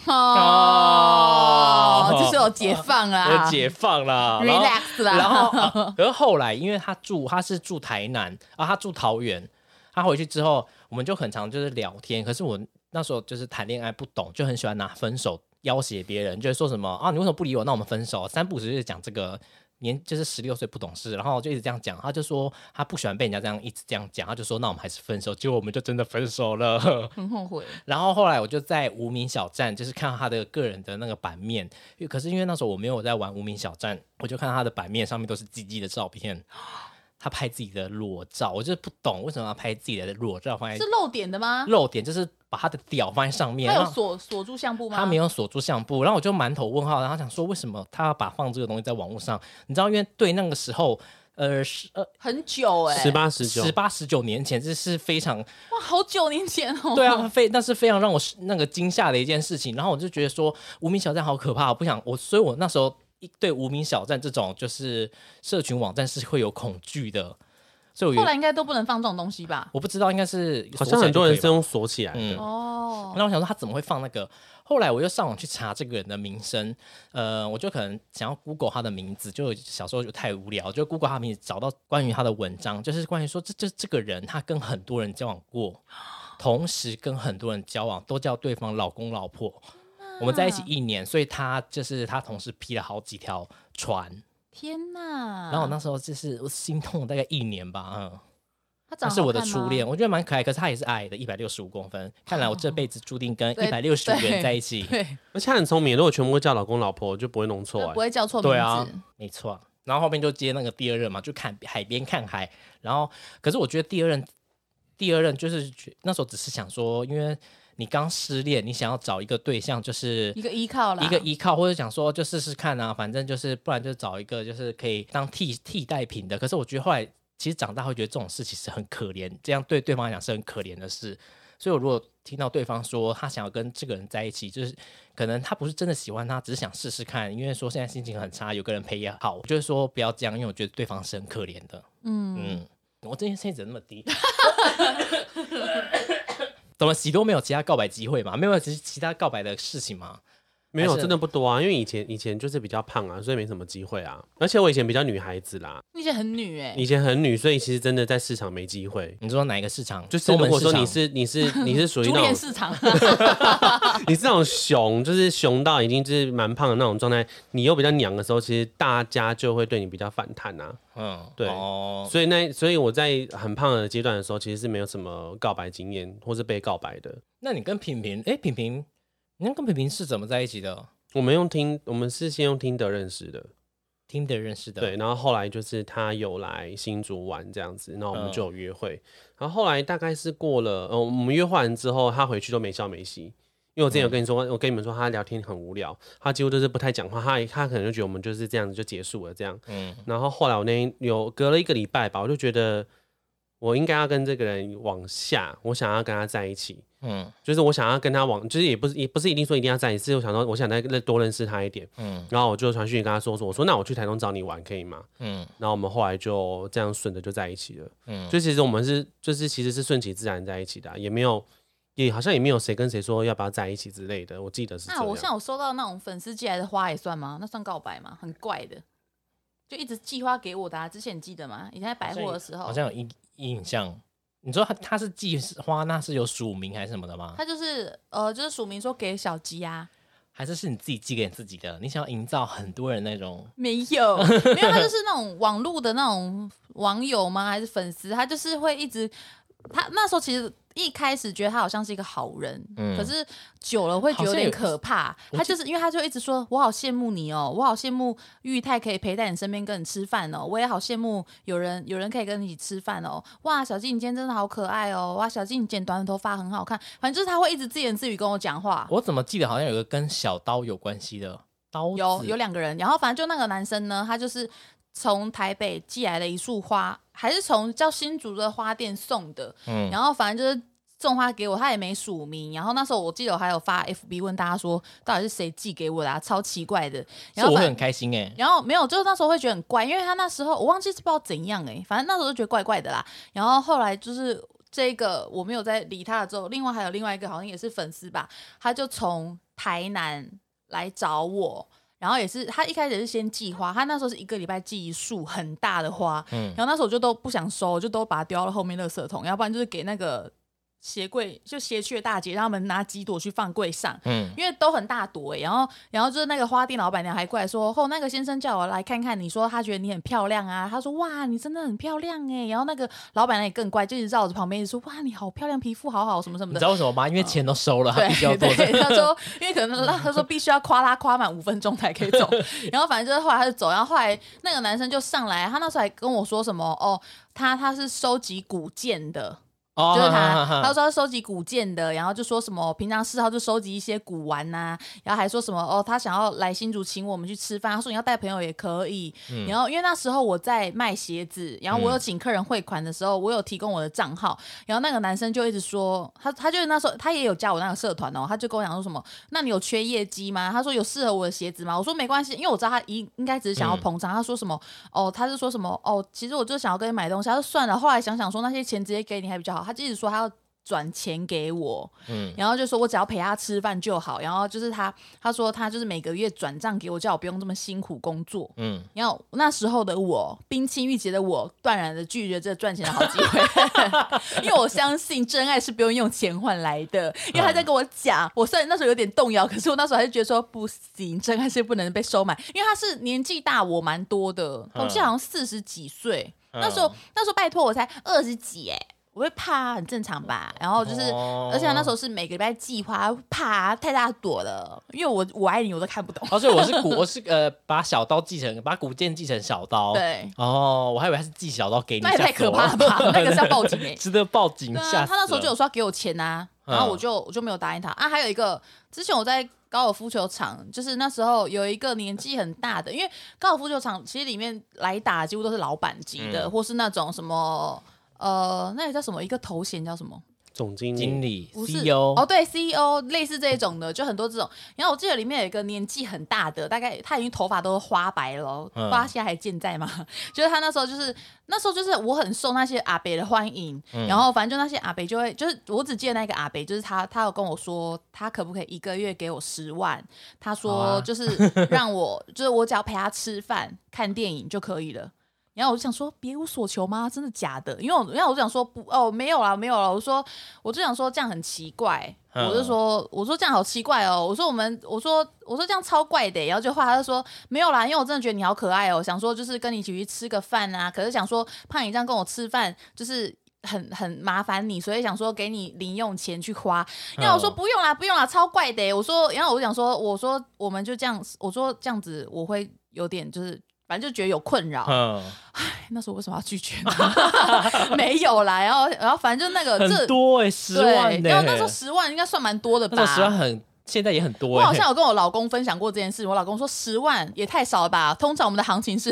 [SPEAKER 2] 哦
[SPEAKER 4] 哦，
[SPEAKER 2] 就是有解放啦
[SPEAKER 4] 我呃解放啦，然后
[SPEAKER 2] ，relax 啦。
[SPEAKER 4] 然后、啊可是后来因为他住他是住台南啊，他住桃园，他回去之后我们就很常就是聊天，可是我那时候就是谈恋爱不懂，就很喜欢拿分手要挟别人，就是说什么啊你为什么不理我？那我们分手，三不五时就是讲这个。年就是十六岁不懂事，然后就一直这样讲，他就说他不喜欢被人家这样一直这样讲，他就说那我们还是分手，结果我们就真的分手了。
[SPEAKER 2] 很后悔，
[SPEAKER 4] 然后后来我就在无名小站，就是看到他的个人的那个版面，因为可是因为那时候我没有在玩无名小站，我就看到他的版面上面都是鸡鸡的照片，他拍自己的裸照，我就是不懂为什么要拍自己的裸照放在
[SPEAKER 2] 是漏点的吗？
[SPEAKER 4] 哎露点，就是把他的屌放在上面，
[SPEAKER 2] 他有
[SPEAKER 4] 然后
[SPEAKER 2] 锁锁住相簿吗？
[SPEAKER 4] 他没
[SPEAKER 2] 有。
[SPEAKER 4] 有锁住相簿，然后我就满头问号，然后想说为什么他要把放这个东西在网络上？你知道，因为对那个时候。呃，十呃
[SPEAKER 2] 很久哎、
[SPEAKER 3] 十八十九
[SPEAKER 4] 十，八十九年前，这是非常
[SPEAKER 2] 哇，好久年前 哦。
[SPEAKER 4] 对啊，非那是非常让我那个惊吓的一件事情。然后我就觉得说，无名小站好可怕，我不想我，所以我那时候一对无名小站这种就是社群网站是会有恐惧的，所以我
[SPEAKER 2] 后
[SPEAKER 4] 有
[SPEAKER 2] 来应该都不能放这种东西吧？
[SPEAKER 4] 我不知道应该是
[SPEAKER 3] 好像很多人
[SPEAKER 4] 锁起来就可以吧
[SPEAKER 3] 是用锁起来
[SPEAKER 4] 嗯
[SPEAKER 3] 的。
[SPEAKER 2] 哦，
[SPEAKER 4] 然后我想说他怎么会放那个？后来我又上网去查这个人的名声，呃，我就可能想要 Google 他的名字，就小时候就太无聊，就 Google 他的名字，找到关于他的文章，就是关于说这这这个人他跟很多人交往过，同时跟很多人交往，都叫对方老公老婆。我们在一起一年，所以他就是他同时劈了好几条船，
[SPEAKER 2] 天哪！
[SPEAKER 4] 然后我那时候就是我心痛大概一年吧，嗯。
[SPEAKER 2] 他
[SPEAKER 4] 他
[SPEAKER 2] 长得
[SPEAKER 4] 是我的
[SPEAKER 2] 好看吗
[SPEAKER 4] 初恋，，我觉得蛮可爱，可是他也是矮的，一百六十五公分。看来我这辈子注定跟一百六十五人在一 起。
[SPEAKER 2] 哦对，
[SPEAKER 3] 而且他很聪明，如果全部都叫老公老婆，就不会弄错、
[SPEAKER 2] 就不
[SPEAKER 3] 欸。
[SPEAKER 2] 会叫错名
[SPEAKER 4] 对啊
[SPEAKER 2] 字。，
[SPEAKER 4] 没错。然后后面就接那个第二任嘛，就看海边看海。然后，可是我觉得第二任，第二任就是觉那时候只是想说，因为你刚失恋，你想要找一个对象，就是
[SPEAKER 2] 一个依靠啦，
[SPEAKER 4] 一个依靠，或者想说就试试看啊，反正就是不然就找一个就是可以当替替代品的。可是我觉得后来其实长大会觉得这种事其实很可怜，这样对对方来讲是很可怜的事。所以我如果听到对方说他想要跟这个人在一起，就是可能他不是真的喜欢他，只是想试试看，因为说现在心情很差，有个人陪也好。我就是说不要这样，因为我觉得对方是很可怜的。
[SPEAKER 2] 嗯，
[SPEAKER 4] 嗯，我这件事情怎么那么低？ 怎么喜多没有其他告白机会嘛？没有其其他告白的事情吗？
[SPEAKER 3] 没有，
[SPEAKER 4] 还是
[SPEAKER 3] 真的不多啊，因为以前以前就是比较胖啊，所以没什么机会啊。而且我以前比较女孩子啦，
[SPEAKER 2] 那些很女哎，
[SPEAKER 3] 以前很女，所以其实真的在市场没机会。
[SPEAKER 4] 你说哪一个市场？
[SPEAKER 3] 就是
[SPEAKER 4] 我
[SPEAKER 3] 如
[SPEAKER 4] 们
[SPEAKER 3] 果说你是你是你是属于
[SPEAKER 2] 竹
[SPEAKER 3] 那
[SPEAKER 2] 联
[SPEAKER 3] 种
[SPEAKER 2] 市场，
[SPEAKER 3] 你是那种熊，就是熊到已经就是蛮胖的那种状态，你又比较娘的时候，其实大家就会对你比较反弹啊。
[SPEAKER 4] 嗯，
[SPEAKER 3] 对
[SPEAKER 4] 哦，
[SPEAKER 3] 所以那所以我在很胖的阶段的时候，其实是没有什么告白经验或是被告白的。
[SPEAKER 4] 那你跟品品，哎，品品，你跟品品是怎么在一起的？
[SPEAKER 3] 我们用听，我们是先用听得认识的，
[SPEAKER 4] 听的认识的，
[SPEAKER 3] 对，然后后来就是他有来新竹玩这样子，然后我们
[SPEAKER 4] 嗯
[SPEAKER 3] 就有约会。然后后来大概是过了，呃，我们约会完之后，他回去都没笑没息。因为我之前有
[SPEAKER 4] 嗯
[SPEAKER 3] 跟你说，我跟你们说他聊天很无聊，他几乎就是不太讲话，他他可能就觉得我们就是这样子就结束了这样。
[SPEAKER 4] 嗯，
[SPEAKER 3] 然后后来我那天有隔了一个礼拜吧，我就觉得我应该要跟这个人往下，我想要跟他在一起，
[SPEAKER 4] 嗯
[SPEAKER 3] 就是我想要跟他往，就是也不是也不是一定说一定要在一起，是我想说我想再认多认识他一点。
[SPEAKER 4] 嗯
[SPEAKER 3] 然后我就传讯息跟他说说，我说那我去台东找你玩可以吗？
[SPEAKER 4] 嗯
[SPEAKER 3] 然后我们后来就这样顺着就在一起了。
[SPEAKER 4] 嗯，
[SPEAKER 3] 就其实我们是就是其实是顺其自然在一起的啊、也没有也好像也没有谁跟谁说要不要在一起之类的，我记得是这
[SPEAKER 2] 那
[SPEAKER 3] 样。
[SPEAKER 2] 我像我收到那种粉丝寄来的花也算吗？那算告白吗？很怪的，就一直寄花给我的、啊。之前你记得吗？以前在百货的时候，
[SPEAKER 4] 好像有印印象。你说他他是寄花，那是有署名还是什么的吗？
[SPEAKER 2] 他就是呃，就是署名说给小鸡啊，
[SPEAKER 4] 还是是你自己寄给你自己的？你想要营造很多人那种
[SPEAKER 2] 没有，没有，他就是那种网络的那种网友吗？还是粉丝？他就是会一直，他那时候其实一开始觉得他好像是一个好人，
[SPEAKER 4] 嗯
[SPEAKER 2] 可是久了会觉得有点可怕。
[SPEAKER 4] 有
[SPEAKER 2] 他就是因为他就一直说，我好羡慕你哦，我好羡慕玉泰可以陪在你身边跟你吃饭哦，我也好羡慕有人有人可以跟你一起吃饭哦。哇，小静你今天真的好可爱哦，哇，小静你剪短头发很好看。反正就是他会一直自言自语跟我讲话。
[SPEAKER 4] 我怎么记得好像有个跟小刀有关系的刀子
[SPEAKER 2] 有有两个人，然后反正就那个男生呢，他就是从台北寄来了一束花，还是从叫新竹的花店送的，
[SPEAKER 4] 嗯
[SPEAKER 2] 然后反正就是。送花给我，他也没署名。然后那时候我记得我还有发 FB 问大家说，到底是谁寄给我的、啊，超奇怪的。
[SPEAKER 4] 是
[SPEAKER 2] 然后
[SPEAKER 4] 我
[SPEAKER 2] 反
[SPEAKER 4] 会很开心哎、
[SPEAKER 2] 然后没有，就是那时候会觉得很怪，因为他那时候我忘记是不知道怎样哎、反正那时候就觉得怪怪的啦。然后后来就是这个我没有再理他了之后，另外还有另外一个好像也是粉丝吧，他就从台南来找我。然后也是，他一开始是先寄花，他那时候是一个礼拜寄一束很大的花，
[SPEAKER 4] 嗯
[SPEAKER 2] 然后那时候我就都不想收，我就都把它丢到了后面垃圾桶，要不然就是给那个鞋柜就鞋区的大姐，让他们拿几朵去放柜上，
[SPEAKER 4] 嗯，
[SPEAKER 2] 因为都很大朵、欸，然后然后就是那个花店老板娘还过来说，哦，那个先生叫我来看看，你说他觉得你很漂亮啊，他说哇，你真的很漂亮哎、然后那个老板娘也更乖，就一直绕着旁边一直说，哇，你好漂亮，皮肤好好，什么什
[SPEAKER 4] 你
[SPEAKER 2] 么
[SPEAKER 4] 知
[SPEAKER 2] 的。
[SPEAKER 4] 道为什么吗？因为钱都收了，他必须要
[SPEAKER 2] 对
[SPEAKER 4] 做这
[SPEAKER 2] 对， 他说，因为可能他他说必须要夸他夸满五分钟才可以走， 然后反正就是后来他就走，然后后来那个男生就上来，他那时候还跟我说什么哦，他他是收集古建的，
[SPEAKER 4] 哦
[SPEAKER 2] 就是他
[SPEAKER 4] 哈哈，哈
[SPEAKER 2] 他就说他收集古建的，然后就说什么平常嗜好就收集一些古玩呐、然后还说什么哦，他想要来新竹请我们去吃饭，他说你要带朋友也可以。
[SPEAKER 4] 嗯
[SPEAKER 2] 然后因为那时候我在卖鞋子，然后我有请客人汇款的时候，我有提供我的账号，然后那个男生就一直说他他就是那时候他也有加我那个社团哦，他就跟我讲说什么，那你有缺业绩吗？他说有适合我的鞋子吗？我说没关系，因为我知道他应应该只是想要膨胀。他说什么哦，他是说什么哦，其实我就想要跟你买东西。他说算了，后来想想说那些钱直接给你还比较好。他就一直说他要。转钱给我，
[SPEAKER 4] 嗯
[SPEAKER 2] 然后就说我只要陪他吃饭就好，然后就是他他说他就是每个月转账给我，叫我不用这么辛苦工作。
[SPEAKER 4] 嗯，
[SPEAKER 2] 然后那时候的我，冰清玉洁的我，断然的拒绝这赚钱的好机会， 因为我相信真爱是不用用钱换来的。因为他在跟我讲，我虽然那时候有点动摇，可是我那时候还是觉得说不行，真爱是不能被收买，因为他是年纪大我蛮多的，
[SPEAKER 4] 嗯
[SPEAKER 2] 我记得好像四十几岁，
[SPEAKER 4] 嗯
[SPEAKER 2] 那时候那时候拜托我才二十几哎、我会怕很正常吧，然后就是，
[SPEAKER 4] 哦
[SPEAKER 2] 而且那时候是每个礼拜计划怕太大朵了，因为我我爱你我都看不懂，
[SPEAKER 4] 哦，所以我是古，我 是呃，把小刀继承，把古剑继承小刀。，
[SPEAKER 2] 对，
[SPEAKER 4] 哦，我还以为他是寄小刀给你，
[SPEAKER 2] 那也太
[SPEAKER 4] 吓死
[SPEAKER 2] 可
[SPEAKER 4] 我！
[SPEAKER 2] 怕了吧 那个是要报警哎、
[SPEAKER 4] 值得报警。
[SPEAKER 2] 对
[SPEAKER 4] 吓
[SPEAKER 2] 啊，
[SPEAKER 4] 死
[SPEAKER 2] 他那时候就有
[SPEAKER 4] 了
[SPEAKER 2] 说要给我钱呐、
[SPEAKER 4] 嗯
[SPEAKER 2] 然后我就我就没有答应他啊。还有一个，之前我在高尔夫球场，就是那时候有一个年纪很大的，因为高尔夫球场其实里面来打几乎都是老板级的，
[SPEAKER 4] 嗯
[SPEAKER 2] 或是那种什么呃，那个叫什么一个头衔叫什么？
[SPEAKER 3] 总经理
[SPEAKER 4] 经理 E
[SPEAKER 2] 不是
[SPEAKER 4] CEO
[SPEAKER 2] 哦，对 CEO 类似这种的，就很多这种。然后我记得里面有一个年纪很大的，大概他已经头发都花白了哦，不
[SPEAKER 4] 嗯
[SPEAKER 2] 知道他现在还健在吗？ 就是他那时候就是那时候就是我很受那些阿北的欢迎，
[SPEAKER 4] 嗯
[SPEAKER 2] 然后反正就那些阿北就会就是我只记得那个阿北，就是他他有跟我说他可不可以一个月给我十万，他
[SPEAKER 4] 好
[SPEAKER 2] 说
[SPEAKER 4] 啊
[SPEAKER 2] 就是让 我就是我只要陪他吃饭看电影就可以了。然后我就想说，别无所求吗？真的假的？因为我，然后我就想说，不，哦，没有啦，没有啦。我说，我就想说这样很奇怪，
[SPEAKER 4] 嗯
[SPEAKER 2] 我就说，我说这样好奇怪哦。我说我们，我说我说这样超怪的。然后就话他就说没有啦，因为我真的觉得你好可爱哦，想说就是跟你一起去吃个饭啊。可是想说怕你这样跟我吃饭，就是。很很麻烦你，所以想说给你零用钱去花。然后我说
[SPEAKER 4] 嗯
[SPEAKER 2] 不用啦，不用啦，超怪的。欸我说，然后我就想说，我说我们就这样，我说这样子我会有点就是，反正就觉得有困扰。哎
[SPEAKER 4] 嗯，
[SPEAKER 2] 那时候为什么要拒绝呢？ 没有啦，然后然后反正就那个呃这
[SPEAKER 4] 很多哎，十万
[SPEAKER 2] 对，
[SPEAKER 4] 呢。
[SPEAKER 2] 然后那时候十万应该算蛮多的
[SPEAKER 4] 那时
[SPEAKER 2] 吧
[SPEAKER 4] 候。十万很，现在也很多
[SPEAKER 2] 我
[SPEAKER 4] 哎。
[SPEAKER 2] 好像有跟我老公分享过这件事，我老公说十万也太少了吧？通常我们的行 情是，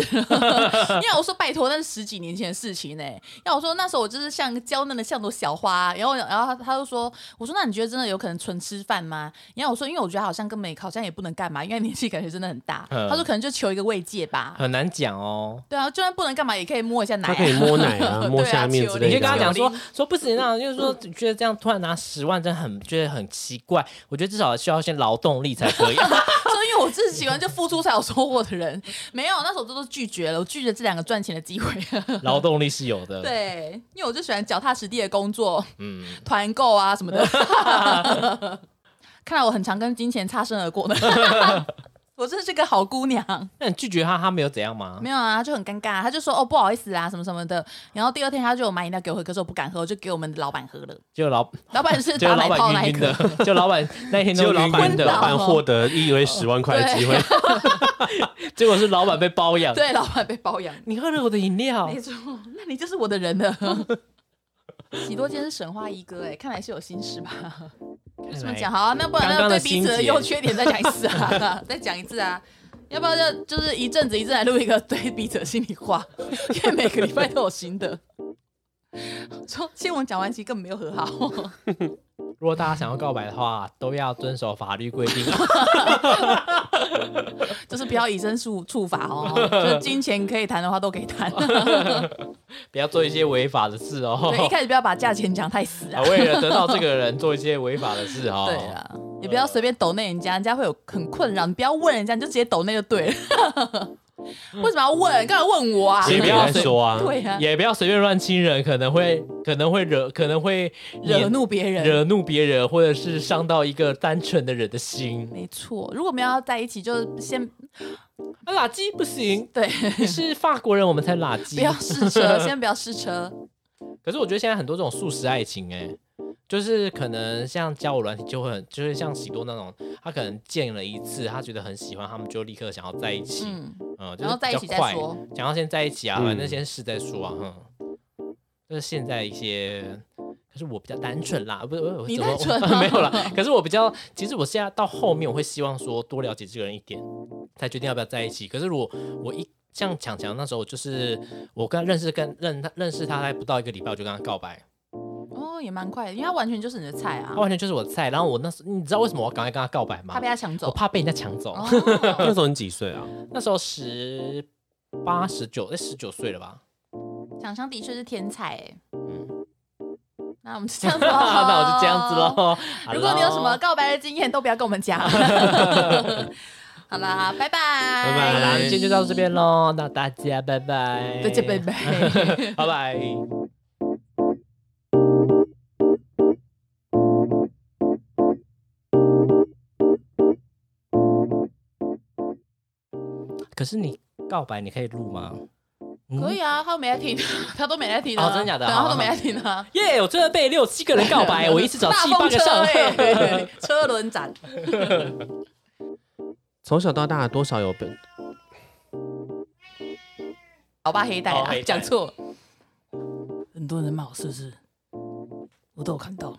[SPEAKER 2] 要我说拜托，那是十几年前的事情呢、要我说那时候我就是像个娇嫩的像朵小花，然后然后他他就说，我说那你觉得真的有可能纯吃饭吗？然后我说因为我觉得好像跟美好像也不能干嘛，因为年纪感觉真的很大。
[SPEAKER 4] 嗯
[SPEAKER 2] 他说可能就求一个慰藉吧。
[SPEAKER 4] 很难讲哦。
[SPEAKER 2] 对啊，就算不能干嘛也可以摸一下奶、啊，
[SPEAKER 3] 他可以摸奶啊，
[SPEAKER 2] 对
[SPEAKER 3] 摸下面之
[SPEAKER 2] 对
[SPEAKER 4] 你
[SPEAKER 3] 类
[SPEAKER 4] 就
[SPEAKER 3] 的。
[SPEAKER 4] 跟他讲说
[SPEAKER 2] 九零
[SPEAKER 4] 说不行啊，就是说觉得这样突然拿十万真的很觉得很奇怪，我觉得至少需要一些劳动力才 可以。
[SPEAKER 2] 所以因为我自己喜欢就付出才有收获的人，没有，那时候我都都拒绝了，我拒绝这两个赚钱的机会。
[SPEAKER 4] 劳动力是有的，，
[SPEAKER 2] 对，因为我就喜欢脚踏实地的工作，
[SPEAKER 4] 嗯，
[SPEAKER 2] 团购啊什么 的。看来我很常跟金钱擦身而 过的，我真是个好姑娘。
[SPEAKER 4] 那你拒绝他，他没有怎样吗？
[SPEAKER 2] 没有啊，就很尴尬，他就说哦不好意思啊什么什么的，然后第二天他就有买饮料给我喝，可是我不敢喝，我就给我们老板喝了。
[SPEAKER 4] 就老
[SPEAKER 2] 老板 是
[SPEAKER 4] 就
[SPEAKER 2] 打
[SPEAKER 4] 老
[SPEAKER 2] 奶泡
[SPEAKER 4] 板
[SPEAKER 2] 那一
[SPEAKER 4] 晕晕
[SPEAKER 2] 刻，
[SPEAKER 4] 的，就老板那天
[SPEAKER 3] 结
[SPEAKER 4] 都
[SPEAKER 3] 果老
[SPEAKER 4] 晕
[SPEAKER 3] 板
[SPEAKER 4] 晕
[SPEAKER 2] 晕倒
[SPEAKER 3] 老
[SPEAKER 4] 的，
[SPEAKER 3] 板获得一约十万块的机会，
[SPEAKER 4] 结果是老板被包养。
[SPEAKER 2] 对，老板被包养。
[SPEAKER 4] 你喝了我的饮料
[SPEAKER 2] 没，错，那你就是我的 人了。喜多今天是神话一哥哎，看来是有心事吧？这
[SPEAKER 4] 哎
[SPEAKER 2] 么讲好、啊，那不然
[SPEAKER 4] 刚刚
[SPEAKER 2] 那
[SPEAKER 4] 的
[SPEAKER 2] 对彼此的优缺点再讲一次啊， 再讲一次啊。要不要就就是一阵子一阵来录一个对彼此的心里话，因为每个礼拜都有新的。说新闻讲完其实根本没有和好，
[SPEAKER 4] 如果大家想要告白的话，都要遵守法律规定。
[SPEAKER 2] 就是不要以身触触法哦，就是金钱可以谈的话都可 以谈，
[SPEAKER 4] 不要做一些违法的事哦。
[SPEAKER 2] 对，一开始不要把价钱讲太死啊
[SPEAKER 4] 啊，。为了得到这个人做一些违法的事哦。
[SPEAKER 2] 对啊，也不要随便抖内人家，人家会有很困扰。你不要问人家，你就直接抖内就对了。 为什么要问？干嘛问我啊？
[SPEAKER 3] 谁
[SPEAKER 4] 也
[SPEAKER 3] 不
[SPEAKER 4] 不要
[SPEAKER 3] 要说啊，
[SPEAKER 2] 对啊，
[SPEAKER 4] 也不要随便乱亲人，可能会可能会惹可能会
[SPEAKER 2] 惹怒别人。
[SPEAKER 4] 惹怒别人，或者是伤到一个单纯的人的心。
[SPEAKER 2] 没错，如果没有要在一起，就
[SPEAKER 4] 哦
[SPEAKER 2] 先
[SPEAKER 4] 啊，垃圾不行，
[SPEAKER 2] 对，
[SPEAKER 4] 你是法国人，我们才垃圾。
[SPEAKER 2] 不要 试车，先不要试车。
[SPEAKER 4] 可是我觉得现在很多这种素食爱情、欸，就是可能像交友软体就会很，就是像喜多那种，他可能见了一次，他觉得很喜欢，他们就立刻想要在一起，嗯，
[SPEAKER 2] 嗯，
[SPEAKER 4] 就是
[SPEAKER 2] 然后在一起
[SPEAKER 4] 比较
[SPEAKER 2] 再
[SPEAKER 4] 快，
[SPEAKER 2] 说。
[SPEAKER 4] 想要先在一起啊，
[SPEAKER 3] 嗯
[SPEAKER 4] 反正先试再说啊，哼。就是现在一些，可是我比较单纯啦，不是不是我
[SPEAKER 2] 你
[SPEAKER 4] 怎么
[SPEAKER 2] 单纯吗
[SPEAKER 4] 没有 啦。可是我比较，其实我现在到后面我会希望说多了解这个人一点，才决定要不要在一起。可是如果我一像强强那时候，就是我跟他认识跟认他认识他还不到一个礼拜，我就跟他告白，
[SPEAKER 2] 哦，也蛮快的，因为他完全就是你的菜啊
[SPEAKER 4] 他，完全就是我的菜。然后我那时你知道为什么我要赶快跟他告白吗
[SPEAKER 2] 怕被？他抢
[SPEAKER 4] 我
[SPEAKER 2] 走。
[SPEAKER 4] 怕被人家抢走。
[SPEAKER 2] 哦
[SPEAKER 3] 那时候你几岁啊？
[SPEAKER 4] 那时候十八十九，哎，十九岁了吧？
[SPEAKER 2] 想象的确是天才哎。欸 那我们就这样
[SPEAKER 4] 嗯
[SPEAKER 2] 子咯，
[SPEAKER 4] 那我就这样子。喽。好
[SPEAKER 2] 如果你有
[SPEAKER 4] 咯
[SPEAKER 2] 什么告白的经验，都不要跟我们 讲。好啦，拜拜，
[SPEAKER 3] 拜
[SPEAKER 4] 好啦，
[SPEAKER 3] 拜
[SPEAKER 4] 今天就到这，边喽，那大家拜拜，
[SPEAKER 2] 再见，拜，拜。
[SPEAKER 4] 拜拜。可是你告白你可以录吗？
[SPEAKER 2] 可以啊，他都没在听，他都没在听啊，
[SPEAKER 4] 哦真的假的
[SPEAKER 2] 对啊他
[SPEAKER 4] 好
[SPEAKER 2] 都没在听啊。
[SPEAKER 4] 耶、我真的被六七个人告白，哎我一 次找
[SPEAKER 2] 大
[SPEAKER 4] 七八
[SPEAKER 2] 风
[SPEAKER 4] 个
[SPEAKER 2] 车
[SPEAKER 4] 上。
[SPEAKER 2] 欸车轮展，
[SPEAKER 3] 从小到大多少有被
[SPEAKER 2] 老爸黑带
[SPEAKER 4] 哦
[SPEAKER 2] 啊
[SPEAKER 4] 黑，带
[SPEAKER 2] 讲错，
[SPEAKER 1] 很多人骂我是不是？我都有看到，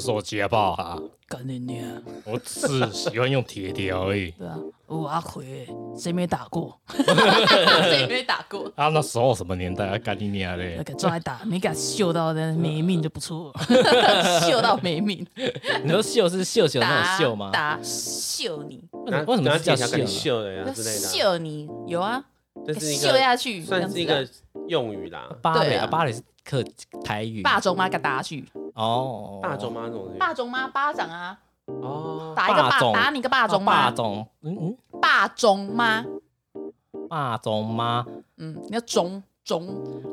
[SPEAKER 5] 手机好不好啊？
[SPEAKER 1] 干你娘！
[SPEAKER 5] 我只是喜欢用铁条而已。
[SPEAKER 1] 对啊，
[SPEAKER 2] 哦
[SPEAKER 1] 我阿奎谁没打 过？
[SPEAKER 2] 谁没打过？
[SPEAKER 5] 啊，那时候什么年代啊？干你娘
[SPEAKER 1] 那
[SPEAKER 5] 嘞！
[SPEAKER 1] 个抓来打，没给他秀到的没命就不错了。
[SPEAKER 2] 秀到 没命，
[SPEAKER 4] 你说秀是秀秀那
[SPEAKER 2] 打
[SPEAKER 4] 种秀吗？
[SPEAKER 2] 打秀你，
[SPEAKER 4] 为什么为什么
[SPEAKER 3] 拿
[SPEAKER 4] 是叫
[SPEAKER 3] 铁条跟你
[SPEAKER 4] 秀？
[SPEAKER 3] 秀的呀之类的啊？
[SPEAKER 2] 秀你有啊，
[SPEAKER 3] 这是一
[SPEAKER 2] 秀
[SPEAKER 3] 个
[SPEAKER 2] 下去，
[SPEAKER 3] 算是一
[SPEAKER 2] 这样
[SPEAKER 3] 个
[SPEAKER 2] 子啊
[SPEAKER 3] 用语啦。
[SPEAKER 4] 芭
[SPEAKER 2] 对
[SPEAKER 4] 蕾
[SPEAKER 2] 啊
[SPEAKER 4] 啊，芭蕾是客台语。
[SPEAKER 2] 啊霸中妈给他打下去，
[SPEAKER 4] 哦，
[SPEAKER 3] 霸总吗？那种
[SPEAKER 2] 霸中妈巴掌啊，
[SPEAKER 3] 哦，
[SPEAKER 2] 打一个
[SPEAKER 4] 霸
[SPEAKER 2] 霸，
[SPEAKER 4] 总
[SPEAKER 2] 打你个霸
[SPEAKER 4] 霸
[SPEAKER 2] 中
[SPEAKER 4] 霸
[SPEAKER 2] 妈，
[SPEAKER 4] 总，嗯
[SPEAKER 2] 霸中妈，
[SPEAKER 4] 嗯，霸总吗？
[SPEAKER 2] 嗯，你要中中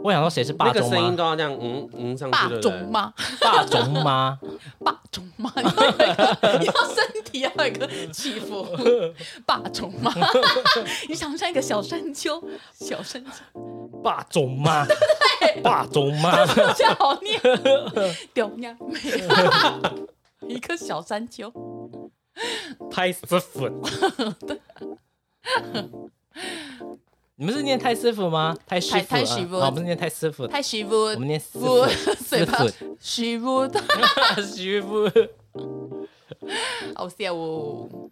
[SPEAKER 4] 我想说谁是霸
[SPEAKER 3] 那个
[SPEAKER 4] 总
[SPEAKER 3] 声音
[SPEAKER 4] 吗？
[SPEAKER 3] 都要这样嗯嗯上
[SPEAKER 2] 霸
[SPEAKER 3] 去，对不对
[SPEAKER 2] 中？妈，
[SPEAKER 4] 霸总吗？
[SPEAKER 2] 霸中妈，你要有一个你 要身体要有一个起 伏，霸中妈，你想像一个小山丘，小山丘。
[SPEAKER 4] 霸总吗？
[SPEAKER 5] 霸总 吗？
[SPEAKER 2] 这样好念，屌娘妹，一个小山丘，
[SPEAKER 5] 拍死粉，
[SPEAKER 4] 你们是念太师傅吗？太师傅啊，
[SPEAKER 2] 太太师傅
[SPEAKER 4] 啊我们是念太师傅，
[SPEAKER 2] 太媳 妇，
[SPEAKER 4] 我们念师
[SPEAKER 2] 妇
[SPEAKER 4] 傅，
[SPEAKER 2] 嘴
[SPEAKER 4] 师
[SPEAKER 2] 巴
[SPEAKER 4] 傅，
[SPEAKER 2] 媳妇，
[SPEAKER 4] 师傅。
[SPEAKER 2] 好笑哦。